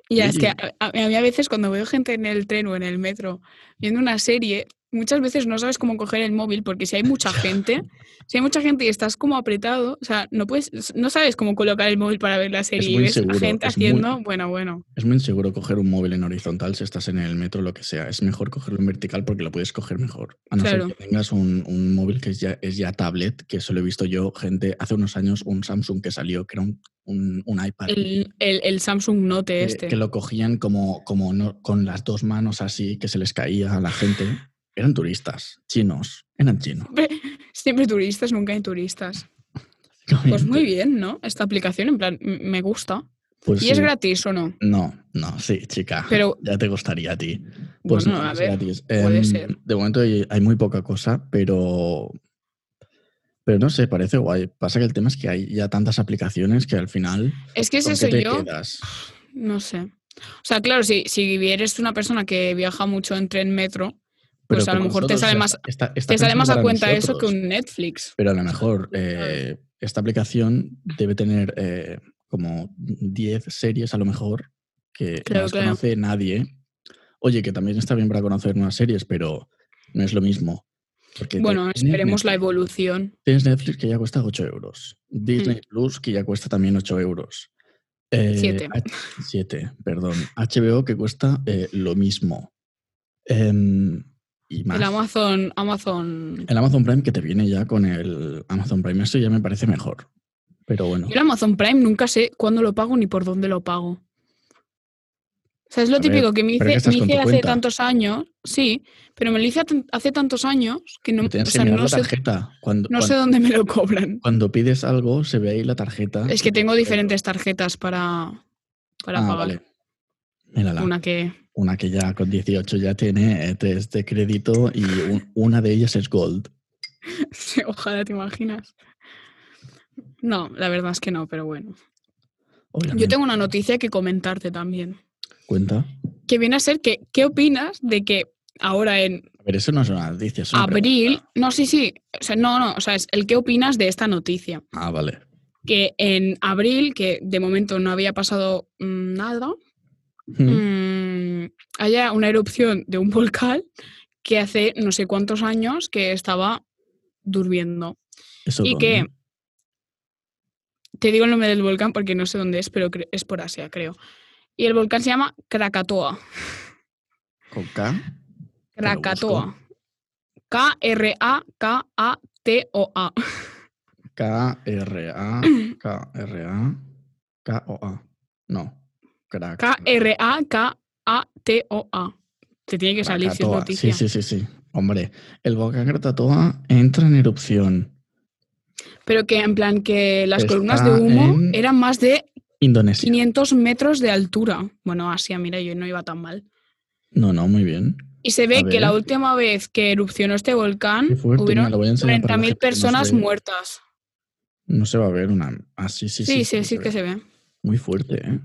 [SPEAKER 2] Ya, es que
[SPEAKER 1] Oye.
[SPEAKER 2] a, a- a mí a veces cuando veo gente en el tren o en el metro viendo una serie, muchas veces no sabes cómo coger el móvil porque
[SPEAKER 1] (laughs)
[SPEAKER 2] si hay mucha gente, si hay mucha gente y estás como apretado, o sea, no puedes, no sabes cómo colocar el móvil para ver la serie y
[SPEAKER 1] muy
[SPEAKER 2] ves
[SPEAKER 1] inseguro,
[SPEAKER 2] a gente
[SPEAKER 1] es muy-
[SPEAKER 2] haciendo, bueno, bueno,
[SPEAKER 1] Es muy inseguro coger un móvil en horizontal si estás en el metro o lo que sea. Es mejor cogerlo en vertical porque lo puedes coger mejor. A no
[SPEAKER 2] Claro.
[SPEAKER 1] ser que tengas un, un móvil que es ya, es ya tablet, que eso lo he visto yo, gente, hace unos años un Samsung que salió, que era un, un- un iPad.
[SPEAKER 2] el, el- el Samsung Note
[SPEAKER 1] que,
[SPEAKER 2] este.
[SPEAKER 1] que lo cogían como, como no- con las dos manos así, que se les caía a la gente. Eran turistas, chinos, eran chinos.
[SPEAKER 2] (laughs)
[SPEAKER 1] (laughs)
[SPEAKER 2] Siempre turistas, nunca hay turistas. Pues muy bien, ¿no? Esta aplicación, en plan, m- me gusta.
[SPEAKER 1] Pues
[SPEAKER 2] ¿Y es
[SPEAKER 1] sí.
[SPEAKER 2] gratis o no?
[SPEAKER 1] No, no, sí, chica.
[SPEAKER 2] Pero-
[SPEAKER 1] ya te gustaría a ti. Pues
[SPEAKER 2] bueno,
[SPEAKER 1] no,
[SPEAKER 2] a
[SPEAKER 1] es
[SPEAKER 2] ver.
[SPEAKER 1] gratis.
[SPEAKER 2] puede
[SPEAKER 1] Em,
[SPEAKER 2] ser.
[SPEAKER 1] De momento hay, hay muy poca cosa, pero. Pero no sé, parece guay. Pasa que el tema es que hay ya tantas aplicaciones que al final.
[SPEAKER 2] Es que es
[SPEAKER 1] ¿con
[SPEAKER 2] eso
[SPEAKER 1] qué te
[SPEAKER 2] yo.
[SPEAKER 1] quedas?
[SPEAKER 2] No sé. O sea, claro, si, si eres una persona que viaja mucho en tren metro, Pues a
[SPEAKER 1] como
[SPEAKER 2] lo mejor te
[SPEAKER 1] nosotros,
[SPEAKER 2] sale
[SPEAKER 1] o sea,
[SPEAKER 2] más-
[SPEAKER 1] está- está
[SPEAKER 2] te sale más a
[SPEAKER 1] pensado para
[SPEAKER 2] cuenta eso que
[SPEAKER 1] nosotros,
[SPEAKER 2] un Netflix.
[SPEAKER 1] Pero a lo
[SPEAKER 2] (laughs)
[SPEAKER 1] mejor eh, esta aplicación debe tener eh, como 10 series, a lo mejor, que no
[SPEAKER 2] Claro,
[SPEAKER 1] las
[SPEAKER 2] claro.
[SPEAKER 1] conoce nadie. Oye, que también está bien para conocer nuevas series, pero no es lo mismo. Porque te-
[SPEAKER 2] Bueno,
[SPEAKER 1] tienes
[SPEAKER 2] esperemos la
[SPEAKER 1] Netflix,
[SPEAKER 2] evolución.
[SPEAKER 1] Tienes Netflix que ya cuesta 8 euros.
[SPEAKER 2] Mm.
[SPEAKER 1] Disney Plus que ya cuesta también 8 euros. Eh,
[SPEAKER 2] Siete.
[SPEAKER 1] H- siete, perdón. HBO que cuesta eh, lo mismo. Em, y más.
[SPEAKER 2] El Amazon, Amazon.
[SPEAKER 1] El Amazon Prime que te viene ya con el Amazon Prime. Eso ya me parece mejor. Pero bueno,
[SPEAKER 2] Yo el Amazon Prime nunca sé cuándo lo pago ni por dónde lo pago. O sea, es
[SPEAKER 1] A
[SPEAKER 2] lo
[SPEAKER 1] ver,
[SPEAKER 2] típico que me
[SPEAKER 1] pero que
[SPEAKER 2] hice,
[SPEAKER 1] estás
[SPEAKER 2] me
[SPEAKER 1] con
[SPEAKER 2] hice
[SPEAKER 1] tu
[SPEAKER 2] hace
[SPEAKER 1] cuenta.
[SPEAKER 2] tantos años, sí, pero me lo hice hace- hace tantos años que no,
[SPEAKER 1] te tienes
[SPEAKER 2] o sea,
[SPEAKER 1] que mirar
[SPEAKER 2] no
[SPEAKER 1] la
[SPEAKER 2] sé,
[SPEAKER 1] tarjeta. Cuando,
[SPEAKER 2] no
[SPEAKER 1] cuan-
[SPEAKER 2] sé
[SPEAKER 1] cuando,
[SPEAKER 2] dónde me lo cobran.
[SPEAKER 1] pides algo, se ve ahí la tarjeta.
[SPEAKER 2] Es que tengo diferentes tarjetas para, para
[SPEAKER 1] Ah,
[SPEAKER 2] pagar.
[SPEAKER 1] vale. Mírala.
[SPEAKER 2] Una que
[SPEAKER 1] Una que ya con 18 ya tiene eh, tres de crédito y un- una de ellas es Gold.
[SPEAKER 2] Sí, (laughs) Ojalá te imaginas. No, la verdad es que no, pero bueno.
[SPEAKER 1] Obviamente.
[SPEAKER 2] Yo tengo una noticia que comentarte también.
[SPEAKER 1] Cuenta.
[SPEAKER 2] Que viene a ser que, ¿qué opinas de que ahora en
[SPEAKER 1] A ver, eso no es una noticia. es una
[SPEAKER 2] abril.
[SPEAKER 1] pregunta.
[SPEAKER 2] No, sí, sí. O sea, no, no. O sea, es el qué opinas de esta noticia.
[SPEAKER 1] Ah, vale.
[SPEAKER 2] Que en abril, que de momento no había pasado mm, nada,
[SPEAKER 1] Mm,
[SPEAKER 2] mm, haya una erupción de un (laughs) volcán que hace no sé cuántos años que estaba durmiendo.
[SPEAKER 1] (laughs) Eso
[SPEAKER 2] y
[SPEAKER 1] dónde?
[SPEAKER 2] que Te digo el nombre del volcán porque no sé dónde es, pero cre- es por Asia, creo. Y el volcán se llama Krakatoa.
[SPEAKER 1] Con K. Te lo busco.
[SPEAKER 2] Krakatoa. K-R-A-K-A-T-O-A. (clears throat)
[SPEAKER 1] K-R-A-K-R-A. K-O-A. No. Crack.
[SPEAKER 2] K-R-A-K-A-T-O-A. Te tiene que salir si es
[SPEAKER 1] Krakatoa.
[SPEAKER 2] noticia.
[SPEAKER 1] Sí, sí, sí, sí. Hombre, el volcán Krakatoa entra en erupción.
[SPEAKER 2] Pero que en plan que las
[SPEAKER 1] Está
[SPEAKER 2] columnas de humo
[SPEAKER 1] en-
[SPEAKER 2] eran más de
[SPEAKER 1] Indonesia.
[SPEAKER 2] 500 metros de altura. Bueno, Asia, mira, yo no iba tan mal.
[SPEAKER 1] No, no, muy bien.
[SPEAKER 2] Y se
[SPEAKER 1] A
[SPEAKER 2] ve que la
[SPEAKER 1] ver.
[SPEAKER 2] última vez que erupcionó este volcán
[SPEAKER 1] Qué fuerte, mira,
[SPEAKER 2] hubieron
[SPEAKER 1] lo voy a enseñar para la
[SPEAKER 2] 40.000
[SPEAKER 1] gente que no se
[SPEAKER 2] personas
[SPEAKER 1] ve.
[SPEAKER 2] muertas.
[SPEAKER 1] No se va a ver una. Ah, sí, sí,
[SPEAKER 2] Sí,
[SPEAKER 1] sí.
[SPEAKER 2] sí, sí, que se ve.
[SPEAKER 1] Muy fuerte, ¿eh?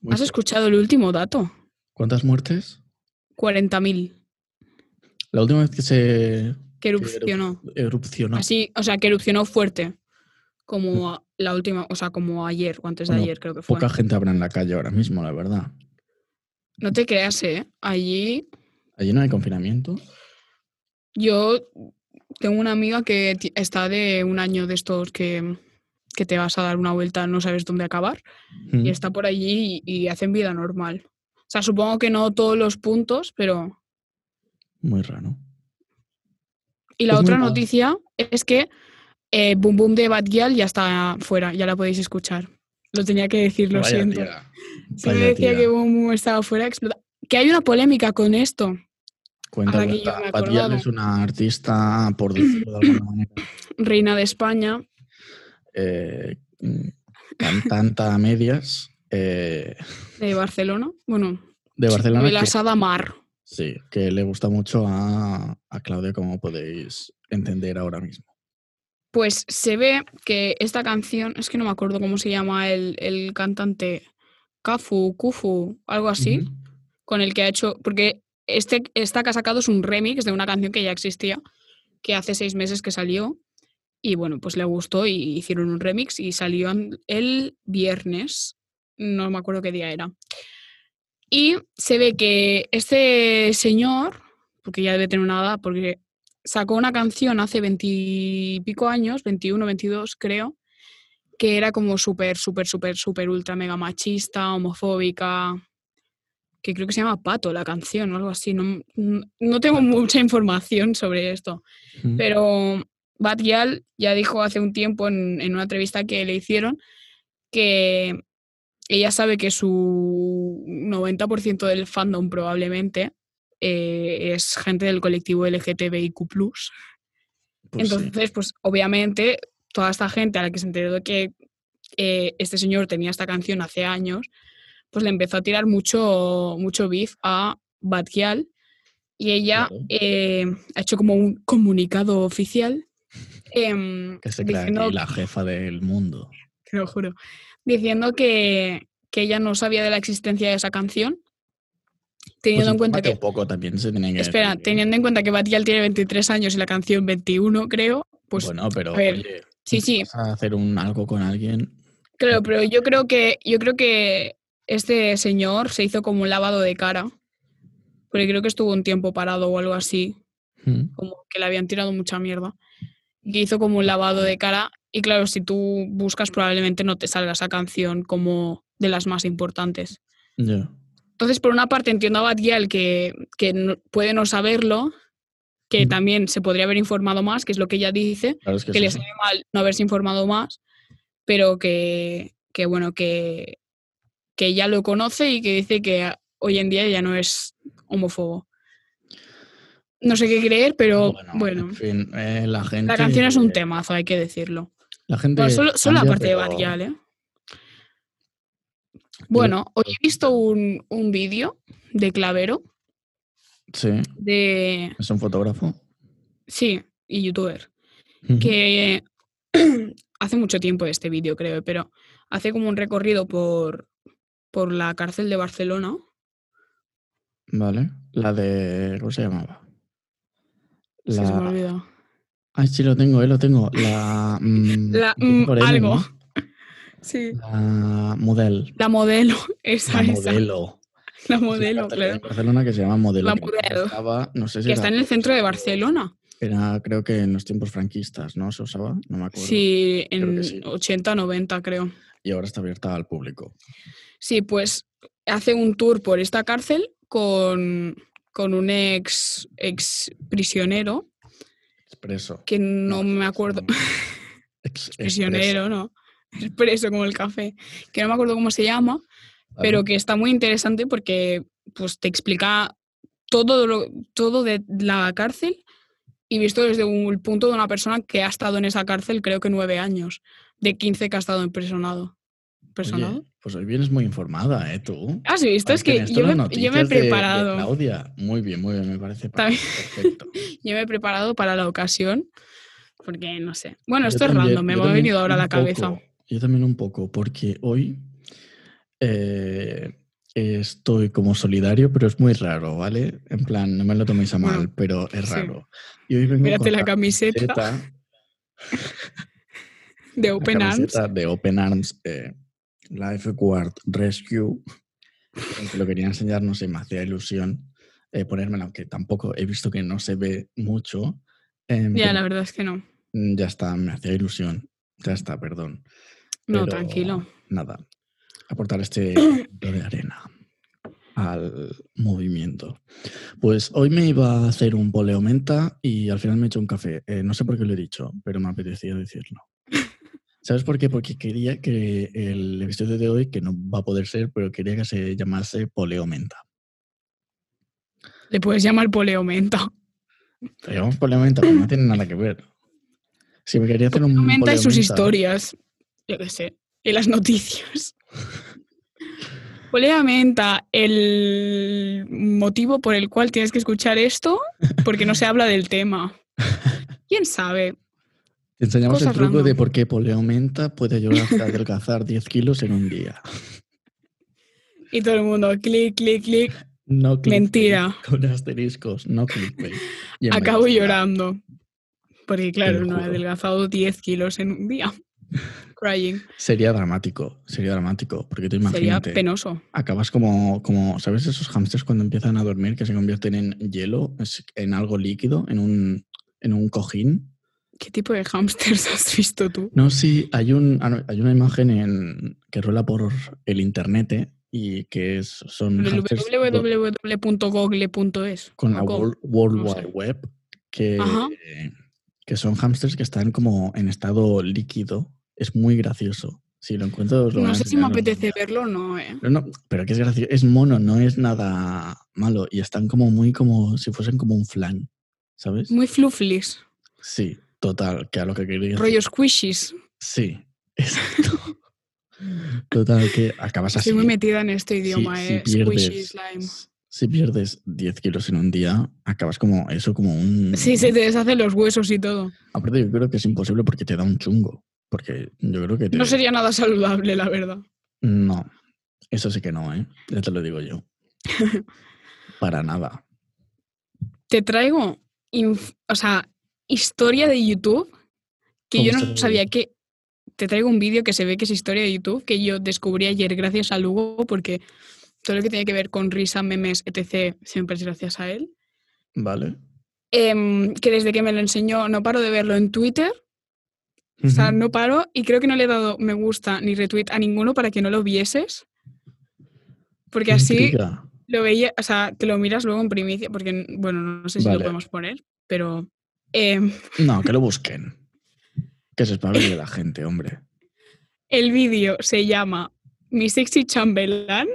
[SPEAKER 1] Muy
[SPEAKER 2] ¿Has
[SPEAKER 1] fu-
[SPEAKER 2] escuchado el último dato?
[SPEAKER 1] ¿Cuántas muertes?
[SPEAKER 2] 40.000
[SPEAKER 1] La última vez que se
[SPEAKER 2] que erupcionó.
[SPEAKER 1] erupcionó.
[SPEAKER 2] Así, o sea, que erupcionó fuerte. Como a- la última, o sea, como ayer o antes de
[SPEAKER 1] Bueno,
[SPEAKER 2] ayer creo que fue.
[SPEAKER 1] Poca gente habrá en la calle ahora mismo, la verdad.
[SPEAKER 2] No te creas, ¿eh? Allí
[SPEAKER 1] Allí no hay confinamiento.
[SPEAKER 2] yo tengo una amiga que ti- está de un año de estos que, que te vas a dar una vuelta, no sabes dónde acabar.
[SPEAKER 1] Mm.
[SPEAKER 2] y está por allí y, y hacen vida normal. O sea, supongo que no todos los puntos, pero...
[SPEAKER 1] Muy raro.
[SPEAKER 2] Y la
[SPEAKER 1] Pues muy
[SPEAKER 2] otra
[SPEAKER 1] mal.
[SPEAKER 2] noticia es que eh, Boom Boom de Bad Gyal ya está fuera, ya la podéis escuchar. Lo tenía que decir, lo
[SPEAKER 1] Vaya
[SPEAKER 2] siento.
[SPEAKER 1] tía,
[SPEAKER 2] Si me
[SPEAKER 1] vaya
[SPEAKER 2] decía
[SPEAKER 1] tía.
[SPEAKER 2] que Boom Boom estaba fuera, explota. Que hay una polémica con esto.
[SPEAKER 1] Cuenta,
[SPEAKER 2] ahora que yo
[SPEAKER 1] cuenta.
[SPEAKER 2] me he
[SPEAKER 1] Pat Gyal
[SPEAKER 2] acordado.
[SPEAKER 1] es una artista, por decirlo de alguna manera,
[SPEAKER 2] Reina de España,
[SPEAKER 1] eh, mm, cantante a medias eh,
[SPEAKER 2] de Barcelona. Bueno,
[SPEAKER 1] de Barcelona. que-
[SPEAKER 2] Belasada Mar.
[SPEAKER 1] Sí, que le gusta mucho a, a Claudia, como podéis entender ahora mismo.
[SPEAKER 2] Pues se ve que esta canción, es que no me acuerdo cómo se llama el, el cantante, Kafu, Kufu, algo así.
[SPEAKER 1] Ujú.
[SPEAKER 2] con el que ha hecho. Porque este, esta que ha sacado es un remix de una canción que ya existía, que hace seis meses que salió. Y bueno, pues le gustó y hicieron un remix y salió an- el viernes. No me acuerdo qué día era. Y se ve que este señor, porque ya debe tener una edad, porque sacó una canción hace veintipico años, 21, 22 creo, que era como súper, súper, súper, súper, ultra, mega machista, homofóbica, que creo que se llama Pato la canción o algo así. No, no- no tengo mucha información sobre esto,
[SPEAKER 1] Ujú.
[SPEAKER 2] pero Bad Gyal ya dijo hace un tiempo en, en una entrevista que le hicieron que ella sabe que su 90% del fandom probablemente eh, es gente del colectivo LGTBIQ+.
[SPEAKER 1] Pues sí.
[SPEAKER 2] Entonces, pues obviamente, toda esta gente a la que se enteró que eh, este señor tenía esta canción hace años, pues le empezó a tirar mucho, mucho beef a Bad Gyal y ella
[SPEAKER 1] Claro.
[SPEAKER 2] eh, ha hecho como un comunicado
[SPEAKER 1] (laughs)
[SPEAKER 2] oficial em,
[SPEAKER 1] Que se crea
[SPEAKER 2] diciendo,
[SPEAKER 1] aquí la jefa del mundo.
[SPEAKER 2] te lo juro, diciendo que, que ella no sabía de la existencia de esa canción,
[SPEAKER 1] Pues
[SPEAKER 2] teniendo en cuenta
[SPEAKER 1] infórmate
[SPEAKER 2] que
[SPEAKER 1] un poco también se tienen que
[SPEAKER 2] Espera,
[SPEAKER 1] decir.
[SPEAKER 2] teniendo en cuenta que Batial tiene 23 años y la canción 21, creo, pues
[SPEAKER 1] bueno, pero
[SPEAKER 2] a ver,
[SPEAKER 1] oye, si
[SPEAKER 2] sí, sí,
[SPEAKER 1] vas a hacer un algo con alguien,
[SPEAKER 2] claro, pero yo creo que yo creo que este señor se hizo como un lavado de cara. Porque creo que estuvo un tiempo parado o algo así,
[SPEAKER 1] mm,
[SPEAKER 2] como que le habían tirado mucha mierda. Y hizo como un lavado de cara y claro, si tú buscas probablemente no te salga esa canción como de las más importantes.
[SPEAKER 1] ya.
[SPEAKER 2] Entonces, por una parte, entiendo a Batial que, que no- puede no saberlo, que
[SPEAKER 1] Mm.
[SPEAKER 2] también se podría haber informado más, que es lo que ella dice,
[SPEAKER 1] Claro, es que
[SPEAKER 2] que le
[SPEAKER 1] sí.
[SPEAKER 2] sabe mal no haberse informado más, pero que, que bueno, que, que ella lo conoce y que dice que a- hoy en día ya no es homófobo. No sé qué creer, pero bueno,
[SPEAKER 1] en fin, eh, la gente.
[SPEAKER 2] la canción es un temazo, hay que decirlo.
[SPEAKER 1] La gente.
[SPEAKER 2] Bueno, solo, solo la
[SPEAKER 1] cambia,
[SPEAKER 2] parte de
[SPEAKER 1] pero-
[SPEAKER 2] Batial, ¿eh? Bueno, hoy he visto un, un vídeo de Clavero,
[SPEAKER 1] Sí,
[SPEAKER 2] de
[SPEAKER 1] es un fotógrafo.
[SPEAKER 2] Sí, y youtuber.
[SPEAKER 1] Ujú.
[SPEAKER 2] Que (clears throat) hace mucho tiempo de este vídeo, creo, pero hace como un recorrido por, por la cárcel de Barcelona.
[SPEAKER 1] Vale. La de. ¿Cómo se llamaba?
[SPEAKER 2] Es que se me
[SPEAKER 1] La-
[SPEAKER 2] olvida.
[SPEAKER 1] Ay, sí, lo tengo, eh, lo tengo. La. mm,
[SPEAKER 2] (laughs)
[SPEAKER 1] empieza
[SPEAKER 2] La, mm,
[SPEAKER 1] por N,
[SPEAKER 2] algo.
[SPEAKER 1] ¿no?
[SPEAKER 2] Sí.
[SPEAKER 1] La model.
[SPEAKER 2] La modelo, (laughs) esa,
[SPEAKER 1] La
[SPEAKER 2] esa.
[SPEAKER 1] modelo.
[SPEAKER 2] La
[SPEAKER 1] Es una (laughs)
[SPEAKER 2] modelo,
[SPEAKER 1] cárcel de
[SPEAKER 2] claro.
[SPEAKER 1] Barcelona que se llama Modelo.
[SPEAKER 2] La
[SPEAKER 1] que
[SPEAKER 2] modelo.
[SPEAKER 1] Estaba, no sé si
[SPEAKER 2] Que
[SPEAKER 1] era-
[SPEAKER 2] está en el centro de Barcelona.
[SPEAKER 1] Era, creo que en los tiempos franquistas, ¿no? Se usaba, no me acuerdo.
[SPEAKER 2] Sí,
[SPEAKER 1] Creo
[SPEAKER 2] en
[SPEAKER 1] que sí.
[SPEAKER 2] 80, 90 creo.
[SPEAKER 1] Y ahora está abierta al público.
[SPEAKER 2] Sí, pues hace un tour por esta cárcel con, con un ex, ex prisionero,
[SPEAKER 1] Expreso.
[SPEAKER 2] que no, me
[SPEAKER 1] expreso,
[SPEAKER 2] acuerdo,
[SPEAKER 1] no. Ex- expreso,
[SPEAKER 2] (laughs) prisionero, ¿no? Expreso como el café, que no me acuerdo cómo se llama,
[SPEAKER 1] ¿vale?
[SPEAKER 2] pero que está muy interesante porque pues, te explica todo, lo- todo de la cárcel y visto desde un- el punto de una persona que ha estado en esa cárcel creo que nueve años, de 15 que ha estado impresionado. ¿Personado?
[SPEAKER 1] Oye, pues hoy vienes muy informada, ¿eh? Tú.
[SPEAKER 2] ¿Has visto?
[SPEAKER 1] Ahí
[SPEAKER 2] Ah, es que
[SPEAKER 1] tienes
[SPEAKER 2] yo
[SPEAKER 1] todas las
[SPEAKER 2] me, yo me he
[SPEAKER 1] noticias de- de
[SPEAKER 2] preparado.
[SPEAKER 1] Claudia, muy bien, muy bien, me parece
[SPEAKER 2] Está bien. (laughs)
[SPEAKER 1] perfecto.
[SPEAKER 2] Yo me he preparado para la ocasión, porque no sé. Bueno,
[SPEAKER 1] Yo
[SPEAKER 2] esto es
[SPEAKER 1] también-
[SPEAKER 2] random, me
[SPEAKER 1] yo
[SPEAKER 2] ha
[SPEAKER 1] también
[SPEAKER 2] venido ahora a
[SPEAKER 1] un
[SPEAKER 2] la cabeza.
[SPEAKER 1] poco, yo también un poco, porque hoy eh, estoy como solidario, pero es muy raro, ¿vale? En plan, no me lo toméis a mal,
[SPEAKER 2] Bueno,
[SPEAKER 1] pero es
[SPEAKER 2] sí.
[SPEAKER 1] raro. Y hoy vengo
[SPEAKER 2] Mírate
[SPEAKER 1] con
[SPEAKER 2] la camiseta de
[SPEAKER 1] la
[SPEAKER 2] Open Arms.
[SPEAKER 1] camiseta de Open Arms eh, Lifeguard Rescue. Aunque lo quería enseñar, no sé, me hacía ilusión eh, ponérmela, aunque tampoco he visto que no se ve mucho. eh,
[SPEAKER 2] Ya,
[SPEAKER 1] pero
[SPEAKER 2] la verdad es que no.
[SPEAKER 1] Mm, Ya está, me hacía ilusión. Ya está, perdón.
[SPEAKER 2] No,
[SPEAKER 1] Pero
[SPEAKER 2] tranquilo.
[SPEAKER 1] Nada. Aportar
[SPEAKER 2] (clears throat)
[SPEAKER 1] este granito de arena al movimiento. Pues hoy me iba a hacer un poleo menta y al final me he hecho un café. Eh, no sé por qué lo he dicho, pero me apetecía
[SPEAKER 2] (laughs)
[SPEAKER 1] decirlo. ¿Sabes por qué? Porque quería que el episodio de hoy, que no va a poder ser, pero quería que se llamase poleo menta.
[SPEAKER 2] Le puedes llamar poleomenta.
[SPEAKER 1] Le llamamos poleo menta, pero no tiene nada que ver. Si me quería hacer un
[SPEAKER 2] Poleomenta y
[SPEAKER 1] poleo
[SPEAKER 2] sus
[SPEAKER 1] menta-
[SPEAKER 2] historias. Yo qué sé. Y las noticias. (laughs) Poleomenta, el motivo por el cual tienes que escuchar esto, porque no se habla
[SPEAKER 1] (laughs)
[SPEAKER 2] del tema. ¿Quién sabe?
[SPEAKER 1] Te enseñamos el
[SPEAKER 2] Cosas
[SPEAKER 1] truco de
[SPEAKER 2] random.
[SPEAKER 1] por qué poleomenta puede ayudarte
[SPEAKER 2] (laughs)
[SPEAKER 1] a adelgazar 10 kilos en un día.
[SPEAKER 2] Y todo el mundo, clic, clic, clic,
[SPEAKER 1] No clickbait,
[SPEAKER 2] Mentira.
[SPEAKER 1] (laughs) Con asteriscos, no clickbait. Y en vez
[SPEAKER 2] acabo
[SPEAKER 1] de llorar,
[SPEAKER 2] llorando. Porque claro,
[SPEAKER 1] lo
[SPEAKER 2] no he
[SPEAKER 1] juro.
[SPEAKER 2] adelgazado 10 kilos en
[SPEAKER 1] (laughs)
[SPEAKER 2] un día. Crying.
[SPEAKER 1] Sería dramático, sería dramático, porque tú
[SPEAKER 2] Sería
[SPEAKER 1] imagínate,
[SPEAKER 2] penoso.
[SPEAKER 1] acabas como, como, ¿sabes esos hámsters cuando empiezan a dormir que se convierten en hielo, es- en algo líquido, en un, en un cojín?
[SPEAKER 2] ¿Qué tipo de (laughs) hamsters has visto tú?
[SPEAKER 1] No, sí, hay, un, ah, no, hay una imagen en, que rueda por el internet eh, y que es, son hámsters do-
[SPEAKER 2] www.google.es.
[SPEAKER 1] Mm, con
[SPEAKER 2] ¿o
[SPEAKER 1] la
[SPEAKER 2] cómo?
[SPEAKER 1] World, World
[SPEAKER 2] no sé.
[SPEAKER 1] Wide Web, que,
[SPEAKER 2] Ajá.
[SPEAKER 1] que son hamsters que están como en estado líquido. Es muy gracioso. Si lo encuentro, os lo voy
[SPEAKER 2] No
[SPEAKER 1] a
[SPEAKER 2] sé si me
[SPEAKER 1] enseñar, os lo
[SPEAKER 2] apetece
[SPEAKER 1] enseñaré.
[SPEAKER 2] verlo o no, ¿eh?
[SPEAKER 1] Pero, no, pero que es gracioso. Es mono, no es nada malo. Y están como muy como si fuesen como un flan, ¿sabes?
[SPEAKER 2] Muy fluflis.
[SPEAKER 1] Sí, total, que a lo que queréis.
[SPEAKER 2] Rollo squishies.
[SPEAKER 1] Sí, (laughs) exacto. total, que acabas así.
[SPEAKER 2] Estoy muy metida en este
[SPEAKER 1] Si-
[SPEAKER 2] idioma,
[SPEAKER 1] si
[SPEAKER 2] ¿eh?
[SPEAKER 1] pierdes-
[SPEAKER 2] Squishy, slime.
[SPEAKER 1] Si pierdes 10 kilos en un día, acabas como eso, como un...
[SPEAKER 2] Sí, se te deshacen los huesos y todo.
[SPEAKER 1] Aparte, yo creo que es imposible porque te da un chungo. Porque yo creo que te.
[SPEAKER 2] No sería nada saludable, la verdad.
[SPEAKER 1] No, eso sí que no, ¿eh? Ya te lo digo yo.
[SPEAKER 2] (laughs)
[SPEAKER 1] Para nada.
[SPEAKER 2] te traigo inf- o sea, historia de YouTube que
[SPEAKER 1] ¿Cómo
[SPEAKER 2] yo
[SPEAKER 1] Oh, historia
[SPEAKER 2] no
[SPEAKER 1] de
[SPEAKER 2] sabía
[SPEAKER 1] YouTube?
[SPEAKER 2] que te traigo un vídeo que se ve que es historia de YouTube que yo descubrí ayer gracias a Lugo porque todo lo que tiene que ver con risa, memes, etc. siempre es gracias a él.
[SPEAKER 1] ¿Vale?
[SPEAKER 2] Em, que desde que me lo enseñó no paro de verlo en Twitter, o sea,
[SPEAKER 1] Ujú.
[SPEAKER 2] no paro y creo que no le he dado me gusta ni retweet a ninguno para que no lo vieses. Porque
[SPEAKER 1] Qué
[SPEAKER 2] así
[SPEAKER 1] intriga.
[SPEAKER 2] lo veía, o sea, te lo miras luego en primicia, porque, n- bueno, no sé si lo
[SPEAKER 1] Vale.
[SPEAKER 2] podemos poner, pero... em,
[SPEAKER 1] No, que lo busquen. Que se espabile la gente, hombre.
[SPEAKER 2] El vídeo se llama Mi Sexy Chambelán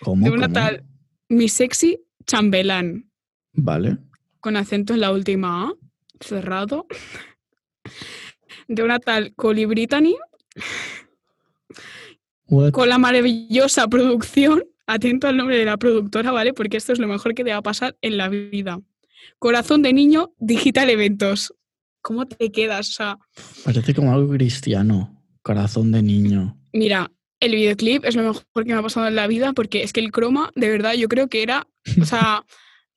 [SPEAKER 1] ¿Cómo?
[SPEAKER 2] de una
[SPEAKER 1] ¿Cómo?
[SPEAKER 2] tal Mi Sexy Chambelán
[SPEAKER 1] Vale.
[SPEAKER 2] con acento en la última A, cerrado, (laughs) de una tal Coli Brittany
[SPEAKER 1] What?
[SPEAKER 2] con la maravillosa producción, atento al nombre de la productora, ¿vale? Porque esto es lo mejor que te va a pasar en la vida. Corazón de niño, Digital Eventos. ¿Cómo te quedas? O sea,
[SPEAKER 1] Parece como algo cristiano. Corazón de niño.
[SPEAKER 2] Mira, el videoclip es lo mejor que me ha pasado en la vida porque es que el croma, de verdad, yo creo que era,
[SPEAKER 1] (laughs)
[SPEAKER 2] o sea,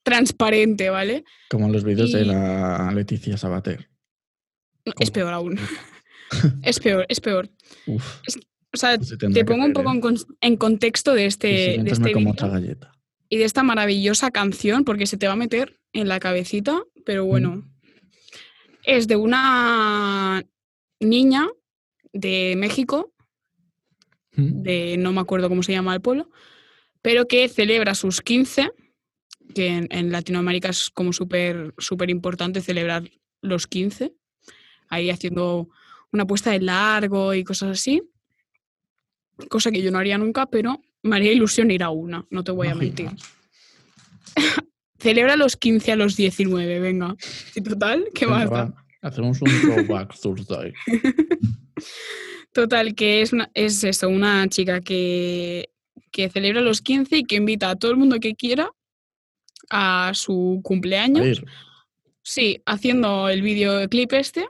[SPEAKER 2] transparente, ¿vale?
[SPEAKER 1] Como los vídeos de
[SPEAKER 2] Y-
[SPEAKER 1] la Leticia Sabater.
[SPEAKER 2] No, Es
[SPEAKER 1] ¿Cómo? (laughs)
[SPEAKER 2] peor aún. es peor, es peor.
[SPEAKER 1] Uf.
[SPEAKER 2] O sea,
[SPEAKER 1] pues se
[SPEAKER 2] te
[SPEAKER 1] tendrá que
[SPEAKER 2] pongo un
[SPEAKER 1] hacer,
[SPEAKER 2] poco
[SPEAKER 1] ¿eh?
[SPEAKER 2] en, cons- en contexto de este,
[SPEAKER 1] Y si
[SPEAKER 2] de
[SPEAKER 1] mientras
[SPEAKER 2] este
[SPEAKER 1] me como
[SPEAKER 2] vídeo.
[SPEAKER 1] otra galleta.
[SPEAKER 2] y de esta maravillosa canción, porque se te va a meter en la cabecita, pero bueno. Es de una niña de México,
[SPEAKER 3] Mm.
[SPEAKER 2] de no me acuerdo cómo se llama el pueblo, pero que celebra sus 15, que en, en Latinoamérica es como súper súper importante celebrar los 15, ahí haciendo una puesta de largo y cosas así, cosa que yo no haría nunca, pero me haría ilusión ir a una, no te voy a mentir. (laughs) Celebra los 15 a los 19, venga. Y total, ¿qué
[SPEAKER 3] Venga,
[SPEAKER 2] más da?
[SPEAKER 3] va, Hacemos un throwback Thursday.
[SPEAKER 2] Total, que es, una, es eso, una chica que, que celebra los 15 y que invita a todo el mundo que quiera a su
[SPEAKER 3] A
[SPEAKER 2] cumpleaños.
[SPEAKER 3] ver,
[SPEAKER 2] Sí, haciendo el videoclip este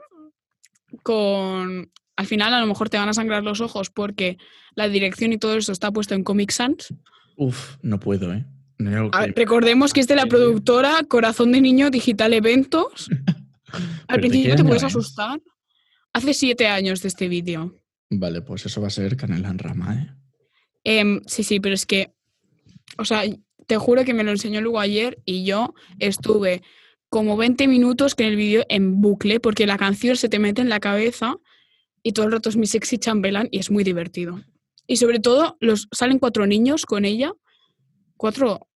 [SPEAKER 2] con... Al final a lo mejor te van a sangrar los ojos porque la dirección y todo eso está puesto en Comic Sans.
[SPEAKER 1] Uf, no puedo, ¿eh? No era lo
[SPEAKER 2] A-
[SPEAKER 1] que-
[SPEAKER 2] recordemos que es de la
[SPEAKER 1] Madre mía.
[SPEAKER 2] productora Corazón de Niño
[SPEAKER 1] (laughs)
[SPEAKER 2] Digital Eventos. Al
[SPEAKER 1] ¿Pero de
[SPEAKER 2] principio
[SPEAKER 1] qué
[SPEAKER 2] te
[SPEAKER 1] año
[SPEAKER 2] puedes
[SPEAKER 1] es?
[SPEAKER 2] asustar. Hace siete años de este vídeo.
[SPEAKER 1] Vale, pues eso va a ser Canela en Rama, ¿eh?
[SPEAKER 2] Em, sí, sí, pero es que, o sea, te juro que me lo enseñó luego ayer y yo estuve como 20 minutos con el vídeo en bucle porque la canción se te mete en la cabeza y todo el rato es mi sexy chambelán y es muy divertido. Y sobre todo, los, salen cuatro niños con ella, cuatro,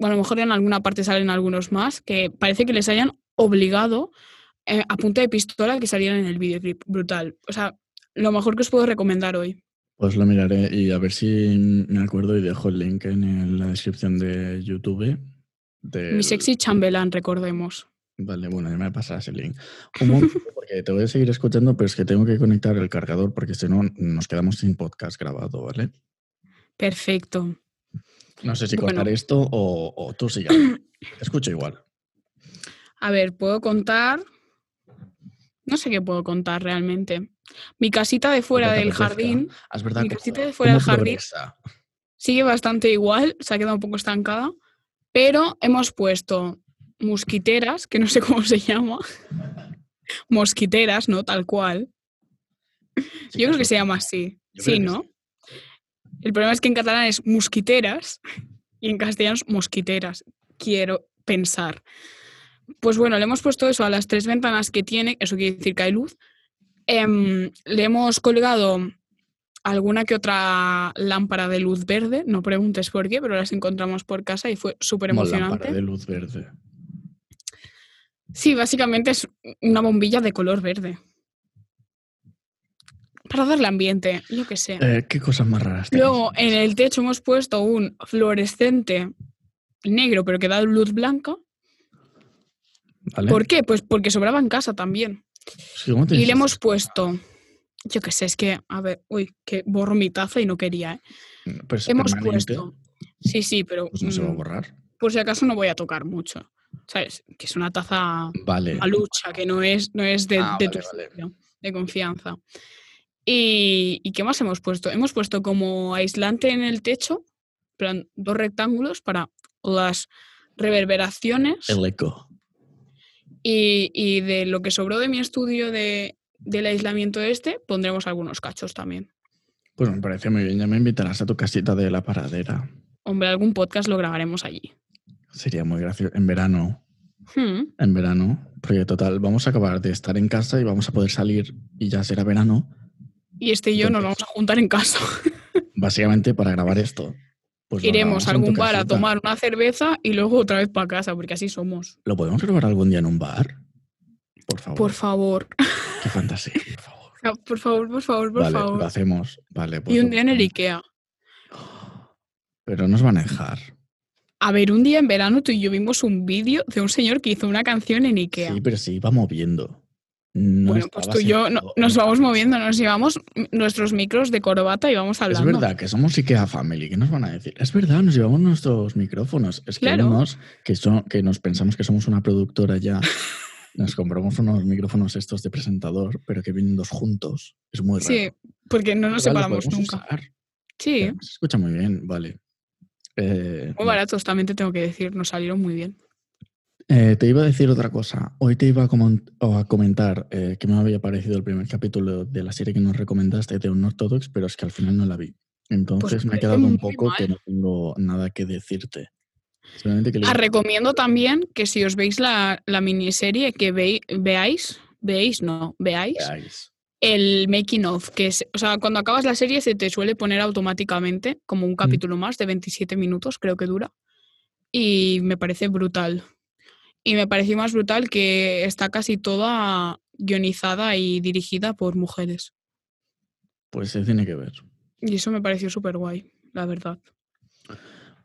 [SPEAKER 2] bueno, a lo mejor en alguna parte salen algunos más, que parece que les hayan obligado eh, a punta de pistola que salieran en el videoclip. Brutal. O sea, lo mejor que os puedo recomendar hoy.
[SPEAKER 1] Pues lo miraré y a ver si me acuerdo y dejo el link en el- la descripción de YouTube. del-
[SPEAKER 2] Mi sexy chambelán, recordemos.
[SPEAKER 1] Vale, bueno, ya me pasarás el link. Un
[SPEAKER 2] (laughs)
[SPEAKER 1] momento, porque te voy a seguir escuchando, pero es que tengo que conectar el cargador porque si no nos quedamos sin podcast grabado, ¿vale?
[SPEAKER 2] Perfecto.
[SPEAKER 1] No sé si
[SPEAKER 2] Bueno.
[SPEAKER 1] contar esto o, o tú
[SPEAKER 2] (coughs)
[SPEAKER 1] sigas. Te escucho igual.
[SPEAKER 2] A ver, puedo contar. No sé qué puedo contar realmente. Mi casita de fuera
[SPEAKER 1] te
[SPEAKER 2] del
[SPEAKER 1] apetezca.
[SPEAKER 2] jardín
[SPEAKER 1] Ah, Es verdad
[SPEAKER 2] Mi
[SPEAKER 1] que
[SPEAKER 2] casita
[SPEAKER 1] joder,
[SPEAKER 2] de fuera del
[SPEAKER 1] ¿cómo
[SPEAKER 2] jardín?
[SPEAKER 1] progresa?
[SPEAKER 2] sigue bastante igual, se ha quedado un poco estancada, pero hemos puesto mosquiteras, que no sé (laughs) cómo se llama. Mosquiteras, ¿no? Tal cual.
[SPEAKER 1] Sí,
[SPEAKER 2] Yo creo que
[SPEAKER 1] es
[SPEAKER 2] se
[SPEAKER 1] lo-
[SPEAKER 2] llama así.
[SPEAKER 1] Yo creo
[SPEAKER 2] sí,
[SPEAKER 1] que
[SPEAKER 2] ¿no? El problema es que en catalán es mosquiteras y en castellano es mosquiteras. Quiero pensar. Pues bueno, le hemos puesto eso a las tres ventanas que tiene, eso quiere decir que hay luz. Em, le hemos colgado alguna que otra lámpara de luz verde, no preguntes por qué, pero las encontramos por casa y fue súper
[SPEAKER 1] Como lámpara
[SPEAKER 2] emocionante.
[SPEAKER 1] de luz verde.
[SPEAKER 2] Sí, básicamente es una bombilla de color verde. Para darle ambiente, yo qué sé.
[SPEAKER 1] Eh, ¿Qué cosas más raras tenéis?
[SPEAKER 2] Luego, eh, en el techo hemos puesto un fluorescente negro, pero que da luz blanca.
[SPEAKER 1] ¿Vale?
[SPEAKER 2] ¿Por qué? Pues porque sobraba en casa también.
[SPEAKER 1] Es que ¿cómo
[SPEAKER 2] Y
[SPEAKER 1] tenéis
[SPEAKER 2] le
[SPEAKER 1] esas
[SPEAKER 2] hemos puesto, yo qué sé, es que, a ver, uy, que borro mi taza y no quería. ¿eh?
[SPEAKER 1] Pero es
[SPEAKER 2] Hemos
[SPEAKER 1] permanente,
[SPEAKER 2] puesto, sí, sí, pero
[SPEAKER 1] Pues no se va a
[SPEAKER 2] mm,
[SPEAKER 1] borrar.
[SPEAKER 2] por si acaso no voy a tocar mucho. ¿Sabes? Que es una taza
[SPEAKER 1] Vale.
[SPEAKER 2] malucha, que no es, no es de,
[SPEAKER 1] Ah,
[SPEAKER 2] de
[SPEAKER 1] vale,
[SPEAKER 2] tu
[SPEAKER 1] vale.
[SPEAKER 2] sitio, de confianza. Y, ¿y qué más hemos puesto? Hemos puesto como aislante en el techo, en plan, dos rectángulos para las reverberaciones
[SPEAKER 1] El eco.
[SPEAKER 2] y, y de lo que sobró de mi estudio de, del aislamiento este, pondremos algunos cachos también.
[SPEAKER 1] Pues me parece muy bien. Ya me invitarás a tu casita de la paradera.
[SPEAKER 2] Hombre, algún podcast lo grabaremos allí.
[SPEAKER 1] Sería muy gracioso. En verano.
[SPEAKER 2] Hmm,
[SPEAKER 1] En verano. Porque total, vamos a acabar de estar en casa y vamos a poder salir y ya será verano.
[SPEAKER 2] Y este y yo nos vamos
[SPEAKER 1] Entonces,
[SPEAKER 2] a juntar en casa.
[SPEAKER 1] Básicamente para grabar esto. Pues lo grabamos
[SPEAKER 2] Iremos a
[SPEAKER 1] en tu
[SPEAKER 2] algún bar a
[SPEAKER 1] casita.
[SPEAKER 2] tomar una cerveza y luego otra vez para casa, porque así somos.
[SPEAKER 1] ¿Lo podemos grabar algún día en un bar? Por favor.
[SPEAKER 2] Por favor.
[SPEAKER 1] Qué fantasía, por favor.
[SPEAKER 2] No, Por favor, por favor, (laughs) por
[SPEAKER 1] vale,
[SPEAKER 2] favor.
[SPEAKER 1] lo hacemos. Vale, pues
[SPEAKER 2] Y un
[SPEAKER 1] lo
[SPEAKER 2] día en el
[SPEAKER 1] hacemos.
[SPEAKER 2] IKEA.
[SPEAKER 1] Pero nos van a dejar.
[SPEAKER 2] A ver, un día en verano tú y yo vimos un vídeo de un señor que hizo una canción en IKEA.
[SPEAKER 1] Sí, pero sí, va moviendo. No
[SPEAKER 2] bueno, pues
[SPEAKER 1] estaba
[SPEAKER 2] tú y yo no-
[SPEAKER 1] sentado en
[SPEAKER 2] nos
[SPEAKER 1] una
[SPEAKER 2] vamos
[SPEAKER 1] mesa.
[SPEAKER 2] moviendo, nos llevamos m- nuestros micros de corbata y vamos hablando.
[SPEAKER 1] Es verdad que somos IKEA Family, ¿qué nos van a decir? Es verdad, nos llevamos nuestros micrófonos. Es que
[SPEAKER 2] Claro.
[SPEAKER 1] unos que, son, que nos pensamos que somos una productora
[SPEAKER 2] (laughs)
[SPEAKER 1] ya, nos compramos unos micrófonos estos de presentador, pero que vienen dos juntos. Es muy raro.
[SPEAKER 2] Sí, porque no nos
[SPEAKER 1] Ahora lo
[SPEAKER 2] separamos
[SPEAKER 1] podemos
[SPEAKER 2] nunca.
[SPEAKER 1] usar.
[SPEAKER 2] Sí,
[SPEAKER 1] Se escucha muy bien, vale. Eh,
[SPEAKER 2] muy baratos también te tengo que decir, nos salieron muy bien.
[SPEAKER 1] eh, te iba a decir otra cosa. Hoy te iba a, comen- o a comentar eh, que me había parecido el primer capítulo de la serie que nos recomendaste de Un Ortodox, pero es que al final no la vi. Entonces me ha
[SPEAKER 2] Pues parece
[SPEAKER 1] quedado un
[SPEAKER 2] muy
[SPEAKER 1] poco
[SPEAKER 2] mal.
[SPEAKER 1] que no tengo nada que decirte. Seguramente que le-
[SPEAKER 2] Ah, recomiendo también que si os veis la, la miniserie, que vei- veáis, veáis, no, veáis
[SPEAKER 1] veáis.
[SPEAKER 2] el making of, que es, o sea, cuando acabas la serie se te suele poner automáticamente como
[SPEAKER 1] Mm.
[SPEAKER 2] un capítulo más de 27 minutos, creo que dura, y me parece brutal. Y me pareció más brutal que está casi toda guionizada y dirigida por mujeres.
[SPEAKER 1] Pues se tiene que ver.
[SPEAKER 2] Y eso me pareció súper guay, la verdad.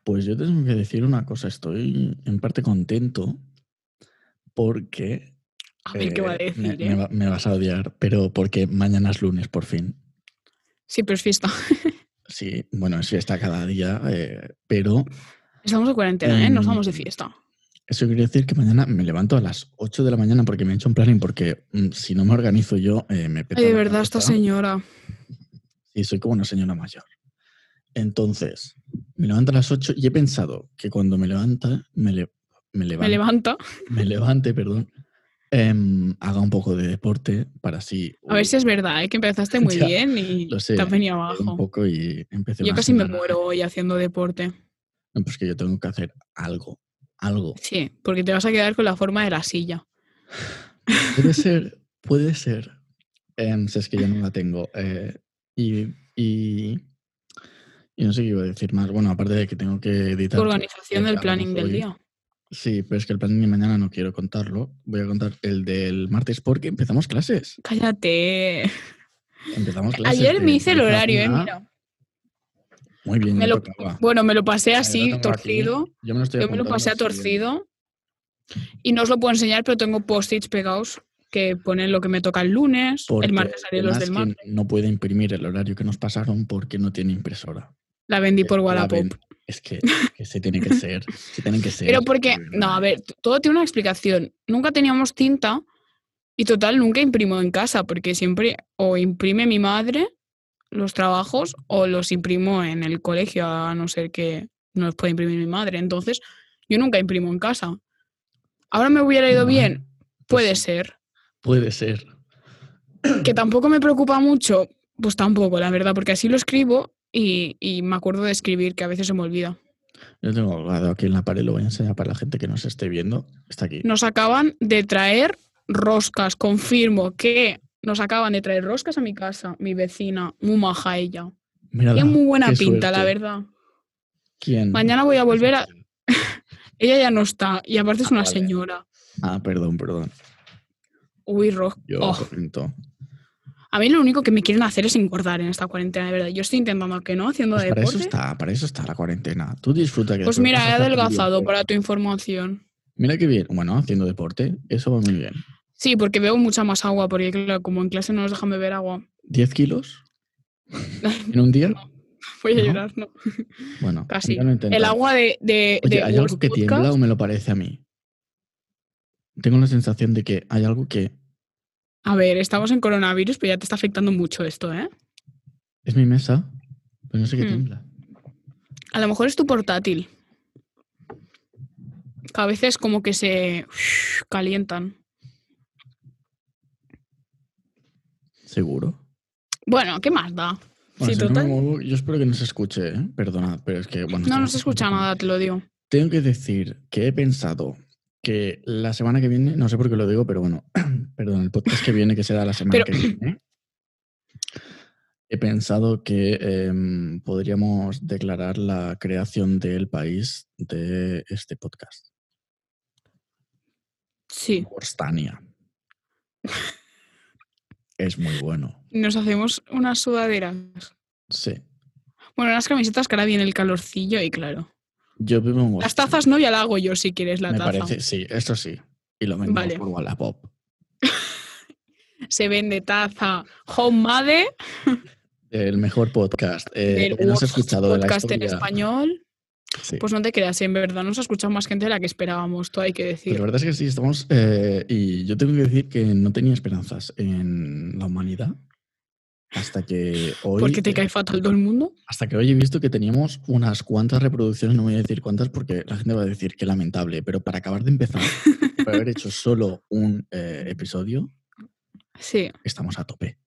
[SPEAKER 1] Pues yo tengo que decir una cosa, estoy en parte contento porque...
[SPEAKER 2] A ver qué va a
[SPEAKER 1] eh,
[SPEAKER 2] decir,
[SPEAKER 1] me,
[SPEAKER 2] ¿eh?
[SPEAKER 1] me va- me vas a odiar, pero porque mañana es lunes por fin.
[SPEAKER 2] Sí, pero es fiesta.
[SPEAKER 1] Sí, bueno, es fiesta cada día, eh, pero
[SPEAKER 2] Estamos de cuarentena, ¿eh? Nos vamos de
[SPEAKER 1] Em,
[SPEAKER 2] fiesta.
[SPEAKER 1] eso quiere decir que mañana me levanto a las 8 de la mañana porque me he hecho un planning, porque mm, si no me organizo yo, eh, me peta
[SPEAKER 2] Ay, de
[SPEAKER 1] la
[SPEAKER 2] verdad, esta
[SPEAKER 1] cabeza.
[SPEAKER 2] señora.
[SPEAKER 1] Sí, soy como una señora mayor. Entonces, me levanto a las 8 y he pensado que cuando me levanta, me, le- me
[SPEAKER 2] Me
[SPEAKER 1] levanto.
[SPEAKER 2] levanta.
[SPEAKER 1] me levante, perdón, em, haga un poco de deporte para así.
[SPEAKER 2] A ver si es verdad, ¿eh? que empezaste muy
[SPEAKER 1] (laughs) Ya,
[SPEAKER 2] bien y
[SPEAKER 1] lo sé,
[SPEAKER 2] te has venido
[SPEAKER 1] Llegué Un
[SPEAKER 2] abajo.
[SPEAKER 1] poco y empecé
[SPEAKER 2] Yo
[SPEAKER 1] una
[SPEAKER 2] casi me
[SPEAKER 1] semana.
[SPEAKER 2] muero hoy haciendo deporte.
[SPEAKER 1] No, Pues que yo tengo que hacer algo, algo.
[SPEAKER 2] Sí, porque te vas a quedar con la forma de la silla.
[SPEAKER 1] Puede ser, puede ser. em, si es que yo no la tengo. eh, y, y, y no sé qué iba a decir más. Bueno, aparte de que tengo que editar.
[SPEAKER 2] Tu
[SPEAKER 1] todo,
[SPEAKER 2] organización
[SPEAKER 1] que
[SPEAKER 2] del
[SPEAKER 1] hablamos
[SPEAKER 2] planning del
[SPEAKER 1] hoy.
[SPEAKER 2] día.
[SPEAKER 1] Sí, pero es que el plan de mañana no quiero contarlo. Voy a contar el del martes porque empezamos clases.
[SPEAKER 2] Cállate.
[SPEAKER 1] Empezamos clases.
[SPEAKER 2] Ayer
[SPEAKER 1] de
[SPEAKER 2] me hice el
[SPEAKER 1] danza
[SPEAKER 2] horario, ¿eh?
[SPEAKER 1] húngara.
[SPEAKER 2] Mira.
[SPEAKER 1] Muy bien,
[SPEAKER 2] Me
[SPEAKER 1] ya
[SPEAKER 2] lo-
[SPEAKER 1] tocaba.
[SPEAKER 2] Bueno, me lo pasé
[SPEAKER 1] Ah, yo lo tengo
[SPEAKER 2] así,
[SPEAKER 1] aquí.
[SPEAKER 2] torcido.
[SPEAKER 1] Yo me lo, estoy
[SPEAKER 2] Yo me lo
[SPEAKER 1] apuntando ¿eh?
[SPEAKER 2] pasé a
[SPEAKER 1] siguiente.
[SPEAKER 2] torcido. Y no os lo puedo enseñar, pero tengo post-its pegados que ponen lo que me toca el lunes,
[SPEAKER 1] Porque
[SPEAKER 2] el martes haré los
[SPEAKER 1] además que
[SPEAKER 2] del martes.
[SPEAKER 1] No puede imprimir el horario que nos pasaron porque no tiene impresora.
[SPEAKER 2] La vendí por
[SPEAKER 1] La
[SPEAKER 2] Wallapop.
[SPEAKER 1] ven- Es que, que se tiene que ser. Se tiene
[SPEAKER 2] (laughs)
[SPEAKER 1] que ser.
[SPEAKER 2] Pero porque,
[SPEAKER 1] de
[SPEAKER 2] no, a
[SPEAKER 1] verdad.
[SPEAKER 2] ver, t- todo tiene una explicación. Nunca teníamos tinta y total nunca imprimo en casa porque siempre o imprime mi madre los trabajos o los imprimo en el colegio, a no ser que no los pueda imprimir mi madre. Entonces, yo nunca imprimo en casa. Ahora me hubiera ido
[SPEAKER 1] Vale,
[SPEAKER 2] bien, puede
[SPEAKER 1] Pues sí.
[SPEAKER 2] ser.
[SPEAKER 1] Puede ser.
[SPEAKER 2] Que tampoco me preocupa mucho, pues tampoco, la verdad, porque así lo escribo y, y me acuerdo de escribir, que a veces se me olvida.
[SPEAKER 1] Yo tengo colgado aquí en la pared, lo voy a enseñar para la gente que nos esté viendo. Está aquí.
[SPEAKER 2] Nos acaban de traer roscas, confirmo que nos acaban de traer roscas a mi casa, mi vecina, muy maja ella.
[SPEAKER 1] Mira,
[SPEAKER 2] Tiene muy buena
[SPEAKER 1] qué
[SPEAKER 2] pinta, la
[SPEAKER 1] suerte.
[SPEAKER 2] verdad.
[SPEAKER 1] ¿Quién?
[SPEAKER 2] Mañana voy a volver a- Ella ya no está y aparte es
[SPEAKER 1] Ah,
[SPEAKER 2] una
[SPEAKER 1] vale.
[SPEAKER 2] señora.
[SPEAKER 1] Ah, perdón, perdón.
[SPEAKER 2] Uy, roscas.
[SPEAKER 1] Yo lo comento.
[SPEAKER 2] A mí lo único que me quieren hacer es engordar en esta cuarentena, de verdad. Yo estoy intentando que no, haciendo
[SPEAKER 1] Pues para eso
[SPEAKER 2] deporte.
[SPEAKER 1] está, para eso está la cuarentena. Tú disfruta que
[SPEAKER 2] Pues
[SPEAKER 1] después
[SPEAKER 2] mira,
[SPEAKER 1] vas a
[SPEAKER 2] he
[SPEAKER 1] estar todo el día
[SPEAKER 2] adelgazado
[SPEAKER 1] fuera.
[SPEAKER 2] para tu información.
[SPEAKER 1] Mira qué bien. Bueno, haciendo deporte, eso va muy bien.
[SPEAKER 2] Sí, porque bebo mucha más agua, porque claro, como en clase no nos dejan beber agua. (laughs)
[SPEAKER 1] ¿10 kilos? ¿En un día?
[SPEAKER 2] Voy a
[SPEAKER 1] ¿No?
[SPEAKER 2] llorar, no.
[SPEAKER 1] Bueno,
[SPEAKER 2] Casi.
[SPEAKER 1] ya lo intentaré.
[SPEAKER 2] El agua de, de,
[SPEAKER 1] Oye,
[SPEAKER 2] de
[SPEAKER 1] ¿hay
[SPEAKER 2] World
[SPEAKER 1] algo que
[SPEAKER 2] Podcast-
[SPEAKER 1] tiembla o me lo parece a mí? Tengo la sensación de que hay algo que
[SPEAKER 2] A ver, estamos en coronavirus, pero ya te está afectando mucho esto, ¿eh?
[SPEAKER 1] es mi mesa, pero no sé qué
[SPEAKER 2] Hmm.
[SPEAKER 1] tiembla.
[SPEAKER 2] A lo mejor es tu portátil. Que a veces como que se calientan.
[SPEAKER 1] Seguro.
[SPEAKER 2] Bueno, ¿qué más da?
[SPEAKER 1] Bueno,
[SPEAKER 2] Sí,
[SPEAKER 1] si no me
[SPEAKER 2] total.
[SPEAKER 1] muevo, yo espero que no se escuche, ¿eh? perdonad, pero es que bueno.
[SPEAKER 2] No, no
[SPEAKER 1] estamos
[SPEAKER 2] se escucha
[SPEAKER 1] un poco-
[SPEAKER 2] nada, te lo digo.
[SPEAKER 1] Tengo que decir que he pensado que la semana que viene, no sé por qué lo digo, pero bueno, (clears throat) perdón, el podcast que viene, que será la semana
[SPEAKER 2] Pero-
[SPEAKER 1] que viene, he pensado que em, podríamos declarar la creación del país de este podcast,
[SPEAKER 2] Sí,
[SPEAKER 1] Gorstania. es muy bueno,
[SPEAKER 2] nos hacemos unas sudaderas.
[SPEAKER 1] sí.
[SPEAKER 2] Bueno, unas camisetas que ahora viene el calorcillo y claro.
[SPEAKER 1] Yo vivo en
[SPEAKER 2] Las
[SPEAKER 1] Gorstania.
[SPEAKER 2] tazas no, ya la hago yo si quieres la
[SPEAKER 1] Me
[SPEAKER 2] taza.
[SPEAKER 1] parece, sí, eso sí. Y lo vendemos
[SPEAKER 2] Vale.
[SPEAKER 1] por Wallapop.
[SPEAKER 2] Se vende taza homemade,
[SPEAKER 1] El mejor podcast. Eh,
[SPEAKER 2] del
[SPEAKER 1] que no has
[SPEAKER 2] World
[SPEAKER 1] escuchado de la
[SPEAKER 2] podcast en
[SPEAKER 1] historia.
[SPEAKER 2] español.
[SPEAKER 1] Sí.
[SPEAKER 2] Pues no te creas, en verdad nos ha escuchado más gente de la que esperábamos, todo hay que
[SPEAKER 1] Pues
[SPEAKER 2] decir.
[SPEAKER 1] la verdad es que sí, estamos. eh, y yo tengo que decir que no tenía esperanzas en la humanidad hasta que hoy.
[SPEAKER 2] Porque te
[SPEAKER 1] eh,
[SPEAKER 2] cae fatal todo el mundo.
[SPEAKER 1] Hasta que hoy he visto que teníamos unas cuantas reproducciones, no voy a decir cuántas porque la gente va a decir que lamentable, pero para acabar de
[SPEAKER 2] (laughs)
[SPEAKER 1] empezar, para haber hecho solo un eh, episodio,
[SPEAKER 2] Sí.
[SPEAKER 1] estamos a tope.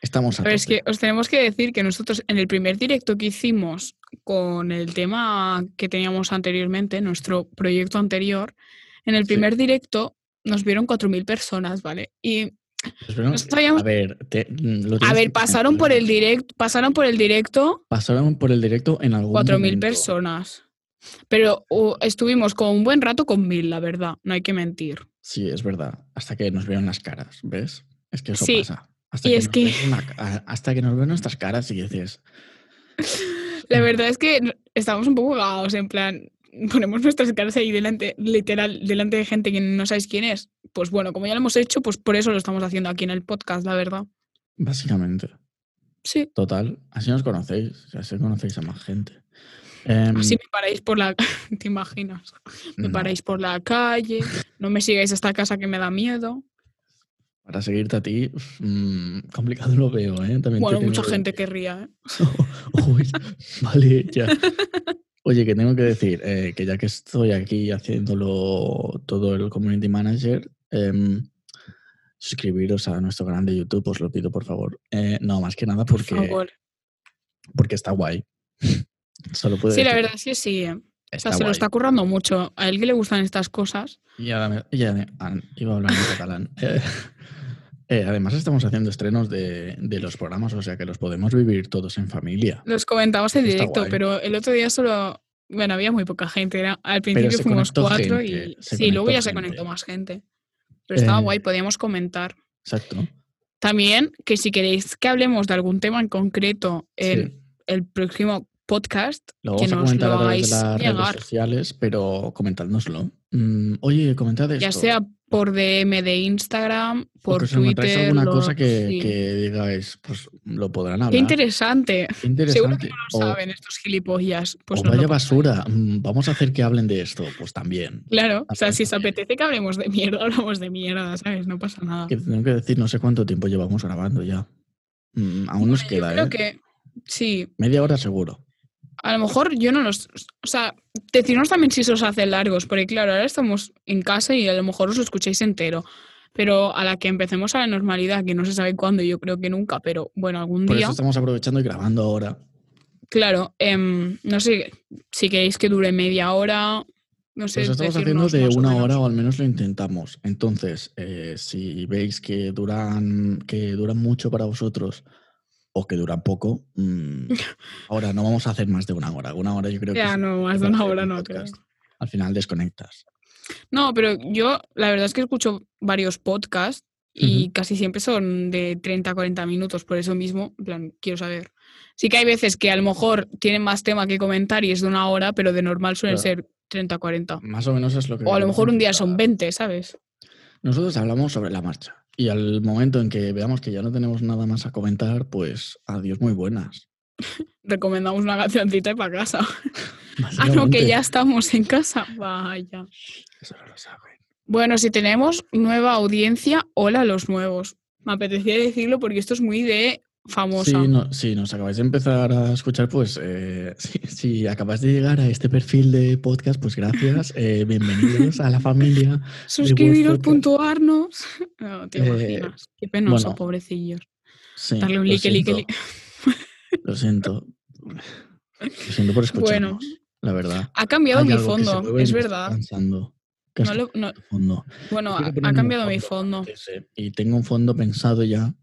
[SPEAKER 1] Estamos a,
[SPEAKER 2] A ver,
[SPEAKER 1] tope.
[SPEAKER 2] es que os tenemos que decir que nosotros en el primer directo que hicimos con el tema que teníamos anteriormente, nuestro proyecto anterior, en el primer directo nos vieron 4.000 personas, ¿vale? Y
[SPEAKER 1] Espera,
[SPEAKER 2] Nos habíamos-
[SPEAKER 1] A ver, te- mm, lo
[SPEAKER 2] a
[SPEAKER 1] tienes que
[SPEAKER 2] ver, pasaron por el
[SPEAKER 1] entender.
[SPEAKER 2] directo, pasaron por el directo
[SPEAKER 1] Pasaron por el directo en algún
[SPEAKER 2] 4.000
[SPEAKER 1] momento.
[SPEAKER 2] personas. Pero uh, estuvimos con un buen rato con 1.000, la verdad, no hay que mentir.
[SPEAKER 1] Sí, es verdad. Hasta que nos vieron las caras, ¿ves? Es que eso
[SPEAKER 2] Sí,
[SPEAKER 1] pasa. Hasta
[SPEAKER 2] y
[SPEAKER 1] que
[SPEAKER 2] es
[SPEAKER 1] nos
[SPEAKER 2] que-
[SPEAKER 1] ven una ca- a- hasta que nos ven nuestras caras y dices,
[SPEAKER 2] La verdad es que n- estamos un poco cagados, en plan, ponemos nuestras caras ahí delante, literal, delante de gente que no sabéis quién es. Pues bueno, como ya lo hemos hecho, pues por eso lo estamos haciendo aquí en el podcast, la verdad.
[SPEAKER 1] básicamente,
[SPEAKER 2] Sí,
[SPEAKER 1] total, así nos conocéis, así conocéis a más gente. Em,
[SPEAKER 2] así me paráis por la... (laughs) ¿Te imaginas? Me
[SPEAKER 1] no,
[SPEAKER 2] paráis por la calle, no me sigáis hasta casa que me da miedo.
[SPEAKER 1] Para seguirte a ti, mm, complicado lo veo, ¿eh? También te
[SPEAKER 2] Bueno,
[SPEAKER 1] tengo
[SPEAKER 2] mucha
[SPEAKER 1] que
[SPEAKER 2] gente
[SPEAKER 1] decir.
[SPEAKER 2] querría, ¿eh?
[SPEAKER 1] (laughs) Uy, vale,
[SPEAKER 2] (laughs)
[SPEAKER 1] ya. Oye, que tengo que decir eh, que ya que estoy aquí haciéndolo todo el community manager, em, suscribiros a nuestro canal de YouTube, os lo pido por favor. Eh, no, más que nada
[SPEAKER 2] por
[SPEAKER 1] porque,
[SPEAKER 2] favor.
[SPEAKER 1] porque está guay. (laughs) Solo puedo
[SPEAKER 2] Sí, la
[SPEAKER 1] decir,
[SPEAKER 2] verdad es que sí. ¿eh? O sea,
[SPEAKER 1] Está
[SPEAKER 2] se lo
[SPEAKER 1] guay.
[SPEAKER 2] está currando mucho. A él que le gustan estas cosas.
[SPEAKER 1] Y adem- y adem- ah, iba a hablar en catalán. (laughs) Eh, eh, además estamos haciendo estrenos de, de los programas, o sea que los podemos vivir todos en familia.
[SPEAKER 2] Los comentamos en
[SPEAKER 1] Está
[SPEAKER 2] directo,
[SPEAKER 1] guay.
[SPEAKER 2] pero el otro día solo. Bueno, había muy poca gente. era- al principio
[SPEAKER 1] se
[SPEAKER 2] fuimos
[SPEAKER 1] conectó
[SPEAKER 2] cuatro
[SPEAKER 1] gente,
[SPEAKER 2] y.
[SPEAKER 1] se
[SPEAKER 2] Sí, luego
[SPEAKER 1] conectó
[SPEAKER 2] ya se
[SPEAKER 1] gente.
[SPEAKER 2] conectó más gente. Pero estaba
[SPEAKER 1] Eh.
[SPEAKER 2] guay, podíamos comentar.
[SPEAKER 1] Exacto.
[SPEAKER 2] También que si queréis que hablemos de algún tema en concreto en
[SPEAKER 1] Sí.
[SPEAKER 2] el próximo podcast,
[SPEAKER 1] Lo
[SPEAKER 2] Eh, que
[SPEAKER 1] vamos a
[SPEAKER 2] nos
[SPEAKER 1] comentar
[SPEAKER 2] lo
[SPEAKER 1] a través de
[SPEAKER 2] hagáis
[SPEAKER 1] las
[SPEAKER 2] llegar,
[SPEAKER 1] redes sociales, pero comentádnoslo. Mm, oye, comentad esto.
[SPEAKER 2] ya sea por DM de Instagram,
[SPEAKER 1] o
[SPEAKER 2] por
[SPEAKER 1] que os encontráis
[SPEAKER 2] Twitter.
[SPEAKER 1] alguna
[SPEAKER 2] lo-
[SPEAKER 1] cosa que,
[SPEAKER 2] sí.
[SPEAKER 1] que digáis, pues lo podrán hablar.
[SPEAKER 2] Qué interesante.
[SPEAKER 1] Qué
[SPEAKER 2] Seguro
[SPEAKER 1] interesante.
[SPEAKER 2] que no lo
[SPEAKER 1] O-
[SPEAKER 2] saben estos gilipollas. Pues
[SPEAKER 1] o
[SPEAKER 2] nos lo
[SPEAKER 1] vaya
[SPEAKER 2] contáis.
[SPEAKER 1] basura, mm, vamos a hacer que hablen de esto, pues también.
[SPEAKER 2] Claro, o sea,
[SPEAKER 1] También,
[SPEAKER 2] si os apetece que hablemos de mierda, (laughs) hablamos de mierda, ¿sabes? No pasa nada.
[SPEAKER 1] Que tengo que decir, no sé cuánto tiempo llevamos grabando ya. Mm, aún nos
[SPEAKER 2] Yo
[SPEAKER 1] queda,
[SPEAKER 2] creo
[SPEAKER 1] ¿eh?
[SPEAKER 2] que sí.
[SPEAKER 1] Media hora seguro.
[SPEAKER 2] A lo mejor yo no los. O sea, decidnos también si se os hace largos, porque claro, ahora estamos en casa y a lo mejor os lo escucháis entero. Pero a la que empecemos a la normalidad, que no se sabe cuándo, yo creo que nunca, pero bueno, algún
[SPEAKER 1] Por
[SPEAKER 2] día.
[SPEAKER 1] eso estamos aprovechando y grabando ahora.
[SPEAKER 2] Claro, em, no sé si queréis que dure media hora, no sé.
[SPEAKER 1] Pues lo estamos haciendo
[SPEAKER 2] decirnos
[SPEAKER 1] de
[SPEAKER 2] más o
[SPEAKER 1] una
[SPEAKER 2] menos.
[SPEAKER 1] hora o al menos lo intentamos. Entonces, eh, si veis que duran, que duran mucho para vosotros o que duran poco, mm,
[SPEAKER 2] (laughs)
[SPEAKER 1] ahora no vamos a hacer más de una hora. Una hora yo creo que
[SPEAKER 2] Ya,
[SPEAKER 1] sí,
[SPEAKER 2] no,
[SPEAKER 1] que
[SPEAKER 2] más de una
[SPEAKER 1] para hacer
[SPEAKER 2] hora
[SPEAKER 1] un
[SPEAKER 2] no creo.
[SPEAKER 1] podcast. al final desconectas.
[SPEAKER 2] No, pero yo la verdad es que escucho varios podcasts y casi siempre son de 30 a 40 minutos, por eso mismo, en plan, quiero saber. Sí que hay veces que a lo mejor tienen más tema que comentar y es de una hora, pero de normal suelen
[SPEAKER 1] Claro.
[SPEAKER 2] ser 30 a 40.
[SPEAKER 1] Más o menos es lo que...
[SPEAKER 2] O a lo
[SPEAKER 1] queremos
[SPEAKER 2] mejor un día son
[SPEAKER 1] intentar.
[SPEAKER 2] 20, ¿sabes?
[SPEAKER 1] Nosotros hablamos sobre la marcha y al momento en que veamos que ya no tenemos nada más a comentar, pues adiós muy buenas.
[SPEAKER 2] Recomendamos una cancioncita y para casa. (laughs) Ah, no,
[SPEAKER 1] Básicamente,
[SPEAKER 2] que ya estamos en casa. Vaya.
[SPEAKER 1] Eso no lo saben.
[SPEAKER 2] Bueno, si tenemos nueva audiencia, hola a los nuevos. Me apetecía decirlo porque esto es muy de famosa.
[SPEAKER 1] Si, no- si nos acabáis de empezar a escuchar, pues eh, (laughs) si, si acabas de llegar a este perfil de podcast, pues
[SPEAKER 2] (laughs)
[SPEAKER 1] gracias, eh, bienvenidos a la familia.
[SPEAKER 2] Suscribiros,
[SPEAKER 1] podcast.
[SPEAKER 2] puntuarnos. (laughs) No, te
[SPEAKER 1] Eh,
[SPEAKER 2] imaginas. Qué penoso,
[SPEAKER 1] bueno,
[SPEAKER 2] pobrecillos.
[SPEAKER 1] Sí,
[SPEAKER 2] Darle un
[SPEAKER 1] lo
[SPEAKER 2] like, like,
[SPEAKER 1] siento, Lo siento. Lo siento por escucharnos,
[SPEAKER 2] Bueno,
[SPEAKER 1] la verdad.
[SPEAKER 2] ha cambiado
[SPEAKER 1] Hay
[SPEAKER 2] mi
[SPEAKER 1] algo que se
[SPEAKER 2] fondo,
[SPEAKER 1] mueve y
[SPEAKER 2] es
[SPEAKER 1] me está
[SPEAKER 2] verdad.
[SPEAKER 1] cansando. ¿Qué
[SPEAKER 2] No
[SPEAKER 1] has
[SPEAKER 2] lo- no-
[SPEAKER 1] puesto de fondo? Quiero
[SPEAKER 2] bueno, ha,
[SPEAKER 1] ponerme
[SPEAKER 2] ha
[SPEAKER 1] un
[SPEAKER 2] cambiado mi
[SPEAKER 1] fondo
[SPEAKER 2] fondo.
[SPEAKER 1] antes, eh, Y tengo un fondo pensado ya.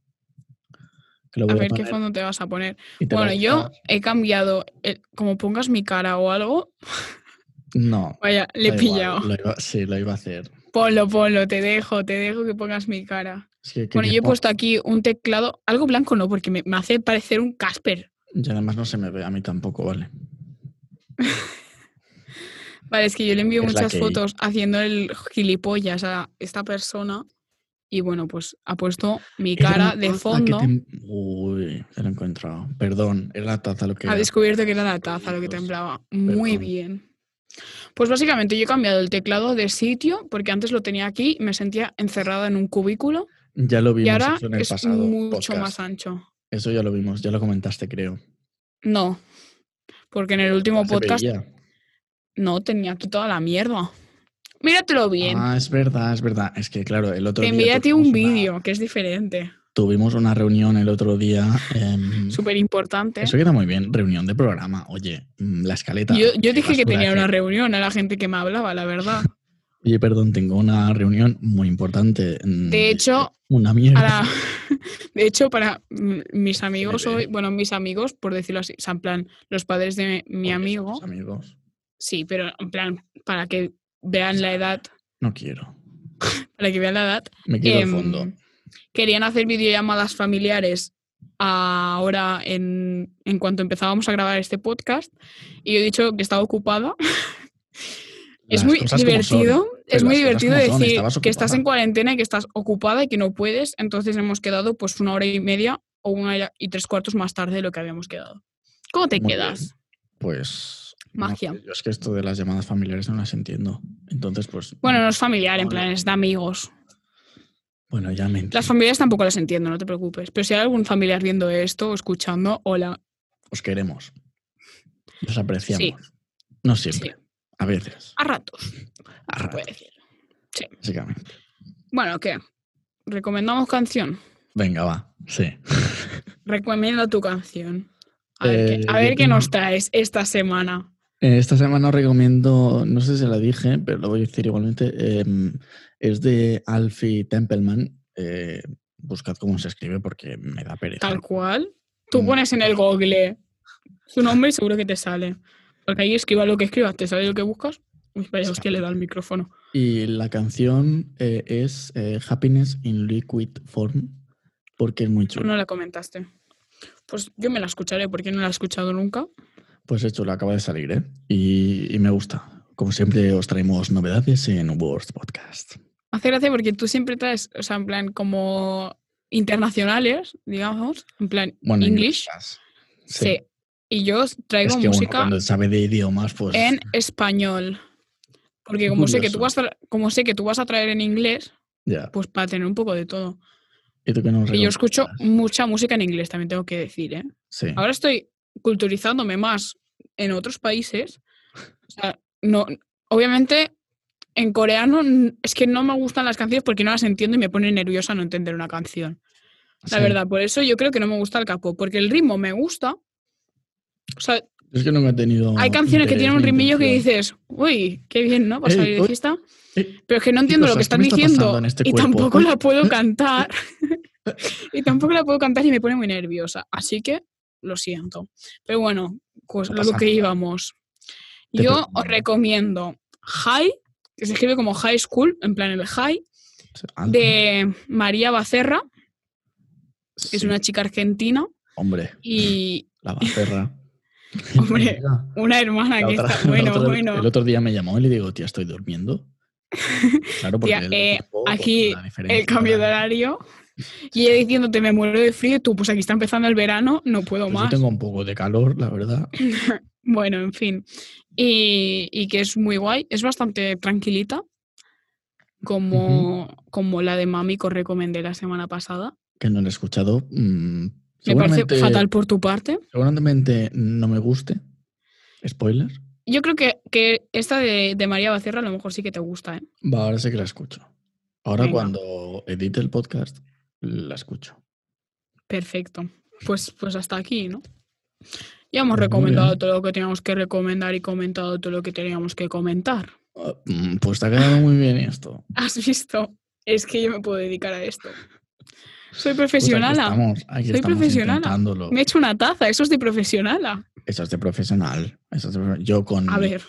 [SPEAKER 1] Que lo
[SPEAKER 2] A
[SPEAKER 1] voy a,
[SPEAKER 2] ver qué
[SPEAKER 1] poner
[SPEAKER 2] fondo te vas a poner.
[SPEAKER 1] y te lo
[SPEAKER 2] Bueno,
[SPEAKER 1] voy a
[SPEAKER 2] yo
[SPEAKER 1] dar.
[SPEAKER 2] he cambiado, el- como pongas mi cara o algo,
[SPEAKER 1] No.
[SPEAKER 2] vaya, le he
[SPEAKER 1] da igual,
[SPEAKER 2] pillado.
[SPEAKER 1] lo iba- sí, lo iba a hacer.
[SPEAKER 2] Ponlo, ponlo, te dejo, te dejo que pongas mi cara.
[SPEAKER 1] Es que
[SPEAKER 2] Bueno,
[SPEAKER 1] quería
[SPEAKER 2] yo he
[SPEAKER 1] pon-
[SPEAKER 2] puesto aquí un teclado, algo blanco no, porque me, me hace parecer un Casper.
[SPEAKER 1] Y además no se me ve a mí tampoco, ¿vale?
[SPEAKER 2] Vale, es que yo le envío
[SPEAKER 1] Es la
[SPEAKER 2] muchas
[SPEAKER 1] que hay.
[SPEAKER 2] fotos haciendo el gilipollas a esta persona y bueno, pues ha puesto mi cara
[SPEAKER 1] ah,
[SPEAKER 2] de fondo.
[SPEAKER 1] Uy, ya lo he encontrado. Perdón, era la taza lo que
[SPEAKER 2] Ha
[SPEAKER 1] era.
[SPEAKER 2] descubierto que era la taza lo que
[SPEAKER 1] Proyectos.
[SPEAKER 2] temblaba. Muy
[SPEAKER 1] Perdón.
[SPEAKER 2] bien. Pues básicamente yo he cambiado el teclado de sitio porque antes lo tenía aquí y me sentía encerrada en un cubículo
[SPEAKER 1] Ya lo vimos
[SPEAKER 2] y ahora
[SPEAKER 1] eso en el
[SPEAKER 2] es
[SPEAKER 1] pasado.
[SPEAKER 2] mucho
[SPEAKER 1] podcast.
[SPEAKER 2] más ancho.
[SPEAKER 1] Eso ya lo vimos, ya lo comentaste, creo.
[SPEAKER 2] No, porque en el último
[SPEAKER 1] Se
[SPEAKER 2] podcast
[SPEAKER 1] veía.
[SPEAKER 2] no tenía aquí toda la mierda. Míratelo bien.
[SPEAKER 1] Ah, es Ah, verdad, es verdad. Es que claro, el otro
[SPEAKER 2] Te
[SPEAKER 1] día
[SPEAKER 2] envié a ti un
[SPEAKER 1] tuvimos una-
[SPEAKER 2] vídeo que es diferente.
[SPEAKER 1] Tuvimos una reunión el otro día. em,
[SPEAKER 2] Súper importante.
[SPEAKER 1] eso queda muy bien, reunión de programa. Oye, mm, la escaleta.
[SPEAKER 2] Yo, yo dije que
[SPEAKER 1] basura
[SPEAKER 2] tenía
[SPEAKER 1] que-
[SPEAKER 2] una reunión a la gente que me hablaba, la
[SPEAKER 1] (laughs)
[SPEAKER 2] verdad.
[SPEAKER 1] Oye, perdón, tengo una reunión muy importante. mm,
[SPEAKER 2] De hecho,
[SPEAKER 1] una
[SPEAKER 2] a
[SPEAKER 1] mierda. (laughs)
[SPEAKER 2] la- (laughs) de hecho, para mm, mis amigos
[SPEAKER 1] NB.
[SPEAKER 2] hoy, bueno, mis amigos, por decirlo así, o sea, en plan, los padres de mi
[SPEAKER 1] Porque
[SPEAKER 2] amigo,
[SPEAKER 1] somos Amigos.
[SPEAKER 2] sí, pero en plan, para que vean la edad,
[SPEAKER 1] No quiero.
[SPEAKER 2] para que vean la edad,
[SPEAKER 1] Me quiero al
[SPEAKER 2] em,
[SPEAKER 1] fondo.
[SPEAKER 2] querían hacer videollamadas familiares ahora en, en cuanto empezábamos a grabar este podcast y yo he dicho que estaba ocupada. es
[SPEAKER 1] Las
[SPEAKER 2] muy
[SPEAKER 1] cosas como son.
[SPEAKER 2] divertido, es
[SPEAKER 1] pero
[SPEAKER 2] muy
[SPEAKER 1] las cosas
[SPEAKER 2] divertido
[SPEAKER 1] como son,
[SPEAKER 2] decir
[SPEAKER 1] estabas
[SPEAKER 2] que estás en
[SPEAKER 1] ocupada.
[SPEAKER 2] cuarentena y que estás ocupada y que no puedes, entonces hemos quedado pues una hora y media o una hora y tres cuartos más tarde de lo que habíamos quedado. ¿Cómo te
[SPEAKER 1] Muy
[SPEAKER 2] quedas?
[SPEAKER 1] bien. Pues.
[SPEAKER 2] Magia.
[SPEAKER 1] No, sé, yo es que esto de las llamadas familiares no las entiendo. Entonces, pues.
[SPEAKER 2] Bueno, no es familiar, en
[SPEAKER 1] Hola.
[SPEAKER 2] plan, es de amigos.
[SPEAKER 1] Bueno, ya me
[SPEAKER 2] Las
[SPEAKER 1] entiendo.
[SPEAKER 2] familias tampoco las entiendo, no te preocupes. Pero si hay algún familiar viendo esto o escuchando, hola.
[SPEAKER 1] Os queremos. Os apreciamos. No siempre. A veces.
[SPEAKER 2] A ratos,
[SPEAKER 1] A
[SPEAKER 2] se puede
[SPEAKER 1] ratos,
[SPEAKER 2] decir.
[SPEAKER 1] básicamente.
[SPEAKER 2] Bueno, ¿qué? ¿Recomendamos canción?
[SPEAKER 1] Venga, va. Sí.
[SPEAKER 2] Recomienda tu canción. A ver,
[SPEAKER 1] Eh,
[SPEAKER 2] qué, a ver
[SPEAKER 1] yo
[SPEAKER 2] qué nos
[SPEAKER 1] tengo-
[SPEAKER 2] traes esta semana.
[SPEAKER 1] Eh, Esta semana os recomiendo, no sé si la dije, pero lo voy a decir igualmente, eh, es de Alfie Templeman. eh, buscad cómo se escribe porque me da pereza.
[SPEAKER 2] Tal cual. Tú
[SPEAKER 1] Mm.
[SPEAKER 2] pones en el google su nombre y seguro que te sale. Porque ahí escriba lo que escribas, te sale lo que buscas. Uy, vaya, hostia, le da el micrófono.
[SPEAKER 1] Y la canción eh, es eh, Happiness in Liquid Form porque es muy
[SPEAKER 2] Tú
[SPEAKER 1] chula.
[SPEAKER 2] no la comentaste. Pues yo me la escucharé porque no la he escuchado nunca.
[SPEAKER 1] Pues hecho, la acaba de salir, ¿eh? Y, y me gusta. Como siempre, os traemos novedades en Words Podcast.
[SPEAKER 2] Hace gracia porque tú siempre traes, o sea, en plan como internacionales, digamos, en plan
[SPEAKER 1] Bueno,
[SPEAKER 2] English.
[SPEAKER 1] inglesas.
[SPEAKER 2] Sí. Y yo os traigo
[SPEAKER 1] Es que uno
[SPEAKER 2] música
[SPEAKER 1] cuando sabe de idiomas, pues
[SPEAKER 2] en español. Porque
[SPEAKER 1] Qué
[SPEAKER 2] como sé, que tú vas
[SPEAKER 1] curioso.
[SPEAKER 2] a, como sé que tú vas a traer en inglés,
[SPEAKER 1] ya.
[SPEAKER 2] pues para tener un poco de todo.
[SPEAKER 1] ¿Y tú qué nos
[SPEAKER 2] Y yo escucho
[SPEAKER 1] recomiendas?
[SPEAKER 2] mucha música en inglés, también tengo que decir. ¿eh?
[SPEAKER 1] Sí.
[SPEAKER 2] Ahora estoy culturizándome más en otros países. O sea, no, obviamente, en coreano n- es que no me gustan las canciones porque no las entiendo y me pone nerviosa no entender una canción. La
[SPEAKER 1] Sí.
[SPEAKER 2] verdad, por eso yo creo que no me gusta el capo, porque el ritmo me gusta. O sea,
[SPEAKER 1] Es que nunca he tenido.
[SPEAKER 2] hay canciones que
[SPEAKER 1] interés
[SPEAKER 2] tienen un
[SPEAKER 1] ni
[SPEAKER 2] ritmillo que
[SPEAKER 1] intención.
[SPEAKER 2] dices, uy, qué bien, ¿no? Pues Para
[SPEAKER 1] Ey,
[SPEAKER 2] salir de
[SPEAKER 1] uy,
[SPEAKER 2] fiesta.
[SPEAKER 1] ey,
[SPEAKER 2] Pero es que no entiendo lo
[SPEAKER 1] cosa,
[SPEAKER 2] que
[SPEAKER 1] ¿qué
[SPEAKER 2] están
[SPEAKER 1] me está pasando
[SPEAKER 2] diciendo
[SPEAKER 1] en este
[SPEAKER 2] y
[SPEAKER 1] cuerpo?
[SPEAKER 2] tampoco la
[SPEAKER 1] (laughs)
[SPEAKER 2] puedo cantar. y tampoco la puedo cantar y me pone muy nerviosa. Así que lo siento. Pero bueno, pues
[SPEAKER 1] No
[SPEAKER 2] a lo
[SPEAKER 1] pasa
[SPEAKER 2] que
[SPEAKER 1] nada.
[SPEAKER 2] íbamos.
[SPEAKER 1] Te
[SPEAKER 2] Yo
[SPEAKER 1] perdono.
[SPEAKER 2] os recomiendo High, que se escribe como High School, en plan el High,
[SPEAKER 1] Algo,
[SPEAKER 2] de María Bacerra, que es
[SPEAKER 1] sí,
[SPEAKER 2] una chica argentina
[SPEAKER 1] Hombre,
[SPEAKER 2] y (laughs)
[SPEAKER 1] la bacerra.
[SPEAKER 2] Hombre,
[SPEAKER 1] La
[SPEAKER 2] una hermana que
[SPEAKER 1] otra-
[SPEAKER 2] está.
[SPEAKER 1] (laughs) la
[SPEAKER 2] Bueno,
[SPEAKER 1] otra-
[SPEAKER 2] bueno.
[SPEAKER 1] El otro día me llamó y le digo, tía, estoy
[SPEAKER 2] (laughs)
[SPEAKER 1] durmiendo. Claro, porque
[SPEAKER 2] Tía,
[SPEAKER 1] el
[SPEAKER 2] eh,
[SPEAKER 1] tiempo,
[SPEAKER 2] aquí
[SPEAKER 1] la diferencia
[SPEAKER 2] el cambio de
[SPEAKER 1] horaria.
[SPEAKER 2] horario. Y ella diciéndote, me muero de frío, y tú, pues aquí está empezando el verano, no puedo
[SPEAKER 1] Pues
[SPEAKER 2] más.
[SPEAKER 1] Yo tengo un poco de calor, la verdad.
[SPEAKER 2] Bueno, en fin. Y, y que es muy guay. Es bastante tranquilita, como, como la de Mami que os recomendé la semana pasada.
[SPEAKER 1] Que no lo he escuchado. mm,
[SPEAKER 2] Me parece
[SPEAKER 1] seguramente-
[SPEAKER 2] fatal por tu parte.
[SPEAKER 1] Seguramente no me guste. Spoiler.
[SPEAKER 2] Yo creo que, que esta de, de María Becerra a lo mejor sí que te gusta, ¿eh?
[SPEAKER 1] Va, ahora sí que la escucho. Ahora
[SPEAKER 2] Venga.
[SPEAKER 1] cuando edite el podcast, la escucho.
[SPEAKER 2] Perfecto. Pues, pues hasta aquí, ¿no? Ya hemos
[SPEAKER 1] Pues Muy
[SPEAKER 2] recomendado
[SPEAKER 1] bien.
[SPEAKER 2] todo lo que teníamos que recomendar y comentado todo lo que teníamos que comentar.
[SPEAKER 1] Ah, mm, Pues te ha quedado muy bien esto.
[SPEAKER 2] ¿Has visto? Es que yo me puedo dedicar a esto.
[SPEAKER 1] Pues
[SPEAKER 2] Soy
[SPEAKER 1] aquí
[SPEAKER 2] profesional.
[SPEAKER 1] estamos, aquí
[SPEAKER 2] Soy
[SPEAKER 1] estamos
[SPEAKER 2] profesionala.
[SPEAKER 1] intentándolo.
[SPEAKER 2] Me he hecho una taza, eso es de profesional.
[SPEAKER 1] Eso es de profesional. eso es de profe- Yo con,
[SPEAKER 2] A ver,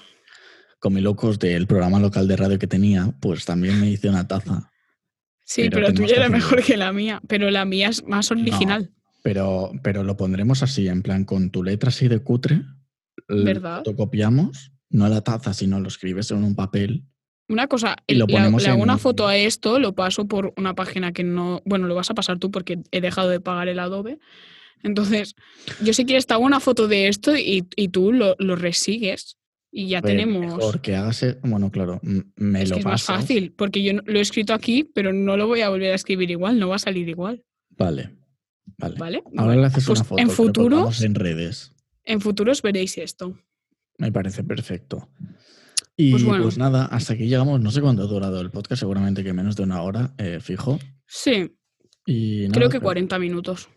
[SPEAKER 1] con mi locos del programa local de radio que tenía, pues también me hice una taza.
[SPEAKER 2] sí,
[SPEAKER 1] Pero
[SPEAKER 2] pero, la
[SPEAKER 1] tenemos
[SPEAKER 2] tuya
[SPEAKER 1] que
[SPEAKER 2] era
[SPEAKER 1] hacerlo.
[SPEAKER 2] mejor que la mía, pero la mía es más original.
[SPEAKER 1] Pero, pero lo pondremos así, en plan, con tu letra así de cutre. l-
[SPEAKER 2] ¿Verdad?
[SPEAKER 1] Lo copiamos, no la taza, sino lo escribes en un papel.
[SPEAKER 2] Una cosa,
[SPEAKER 1] Y
[SPEAKER 2] el-
[SPEAKER 1] lo
[SPEAKER 2] le hago-
[SPEAKER 1] ponemos
[SPEAKER 2] le hago una
[SPEAKER 1] en-
[SPEAKER 2] foto a esto, lo paso por una página que no, bueno, lo vas a pasar tú porque he dejado de pagar el Adobe. Entonces, yo si quieres te hago una foto de esto y, y tú lo, lo resigues y ya
[SPEAKER 1] A ver,
[SPEAKER 2] tenemos...
[SPEAKER 1] Mejor que hagas. e- Bueno, claro, m- me
[SPEAKER 2] Es
[SPEAKER 1] lo
[SPEAKER 2] que es más
[SPEAKER 1] pasas.
[SPEAKER 2] fácil, porque yo no- lo he escrito aquí, pero no lo voy a volver a escribir igual, no va a salir igual,
[SPEAKER 1] Vale, vale.
[SPEAKER 2] ¿vale?
[SPEAKER 1] Ahora
[SPEAKER 2] Bueno,
[SPEAKER 1] le haces
[SPEAKER 2] pues
[SPEAKER 1] una foto.
[SPEAKER 2] En
[SPEAKER 1] que lo
[SPEAKER 2] futuros,
[SPEAKER 1] colgamos en redes.
[SPEAKER 2] en futuros veréis esto.
[SPEAKER 1] Me parece perfecto. Y pues,
[SPEAKER 2] bueno.
[SPEAKER 1] nada, hasta aquí llegamos. No sé cuánto ha durado el podcast, seguramente que menos de una hora, eh, fijo.
[SPEAKER 2] Sí,
[SPEAKER 1] Y nada,
[SPEAKER 2] Creo que
[SPEAKER 1] espero-
[SPEAKER 2] 40 minutos.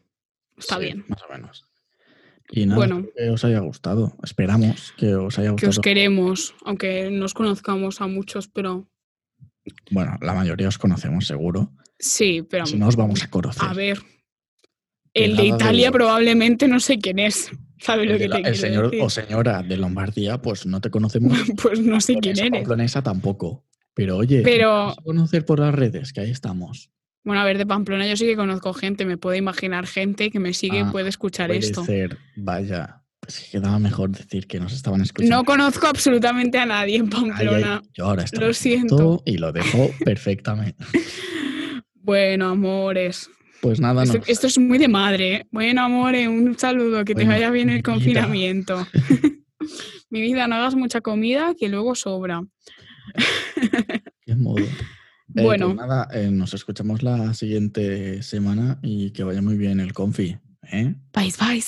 [SPEAKER 2] Está
[SPEAKER 1] sí,
[SPEAKER 2] bien.
[SPEAKER 1] más o menos. Y nada,
[SPEAKER 2] Bueno.
[SPEAKER 1] espero que os haya gustado. Esperamos que os haya
[SPEAKER 2] Que
[SPEAKER 1] gustado.
[SPEAKER 2] os queremos, aunque nos conozcamos a muchos, pero
[SPEAKER 1] Bueno, la mayoría os conocemos seguro.
[SPEAKER 2] sí, pero
[SPEAKER 1] Si no, os vamos a conocer.
[SPEAKER 2] a ver.
[SPEAKER 1] Que
[SPEAKER 2] El de
[SPEAKER 1] nada de-
[SPEAKER 2] Italia probablemente no sé quién es. (laughs) ¿Sabes lo
[SPEAKER 1] El
[SPEAKER 2] que
[SPEAKER 1] de la-
[SPEAKER 2] te
[SPEAKER 1] el
[SPEAKER 2] quiero
[SPEAKER 1] señor
[SPEAKER 2] decir?
[SPEAKER 1] o señora de Lombardía, pues no te conocemos.
[SPEAKER 2] (laughs) Pues no sé quién
[SPEAKER 1] Esa
[SPEAKER 2] eres.
[SPEAKER 1] pamplonesa tampoco. Pero oye, nos
[SPEAKER 2] Pero-
[SPEAKER 1] vamos a conocer por las redes, que ahí estamos.
[SPEAKER 2] Bueno, a ver, de Pamplona yo sí que conozco gente, me puedo imaginar gente que me sigue
[SPEAKER 1] Ah,
[SPEAKER 2] y puede escuchar
[SPEAKER 1] Puede
[SPEAKER 2] esto.
[SPEAKER 1] ser, vaya, sí quedaba mejor decir que nos estaban escuchando.
[SPEAKER 2] No conozco absolutamente a nadie en
[SPEAKER 1] Ay, ay,
[SPEAKER 2] Pamplona.
[SPEAKER 1] yo ahora estoy
[SPEAKER 2] Lo
[SPEAKER 1] en
[SPEAKER 2] siento.
[SPEAKER 1] esto Y lo
[SPEAKER 2] (laughs)
[SPEAKER 1] dejo perfectamente.
[SPEAKER 2] Bueno, amores.
[SPEAKER 1] Pues nada,
[SPEAKER 2] Esto,
[SPEAKER 1] nos-
[SPEAKER 2] esto es muy de madre. ¿eh? Bueno, amores, un saludo, que te
[SPEAKER 1] Bueno,
[SPEAKER 2] vaya bien
[SPEAKER 1] mi
[SPEAKER 2] el
[SPEAKER 1] vida. (laughs)
[SPEAKER 2] confinamiento. (laughs) Mi vida, no hagas mucha comida que luego sobra.
[SPEAKER 1] qué modo. Eh, pues
[SPEAKER 2] Bueno.
[SPEAKER 1] nada, eh, nos escuchamos la siguiente semana y que vaya muy bien el confi. ¿eh?
[SPEAKER 2] Bye, bye,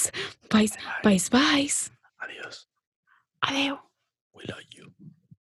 [SPEAKER 2] bye, bye, bye.
[SPEAKER 1] Adiós.
[SPEAKER 2] Adeu.
[SPEAKER 1] We love you.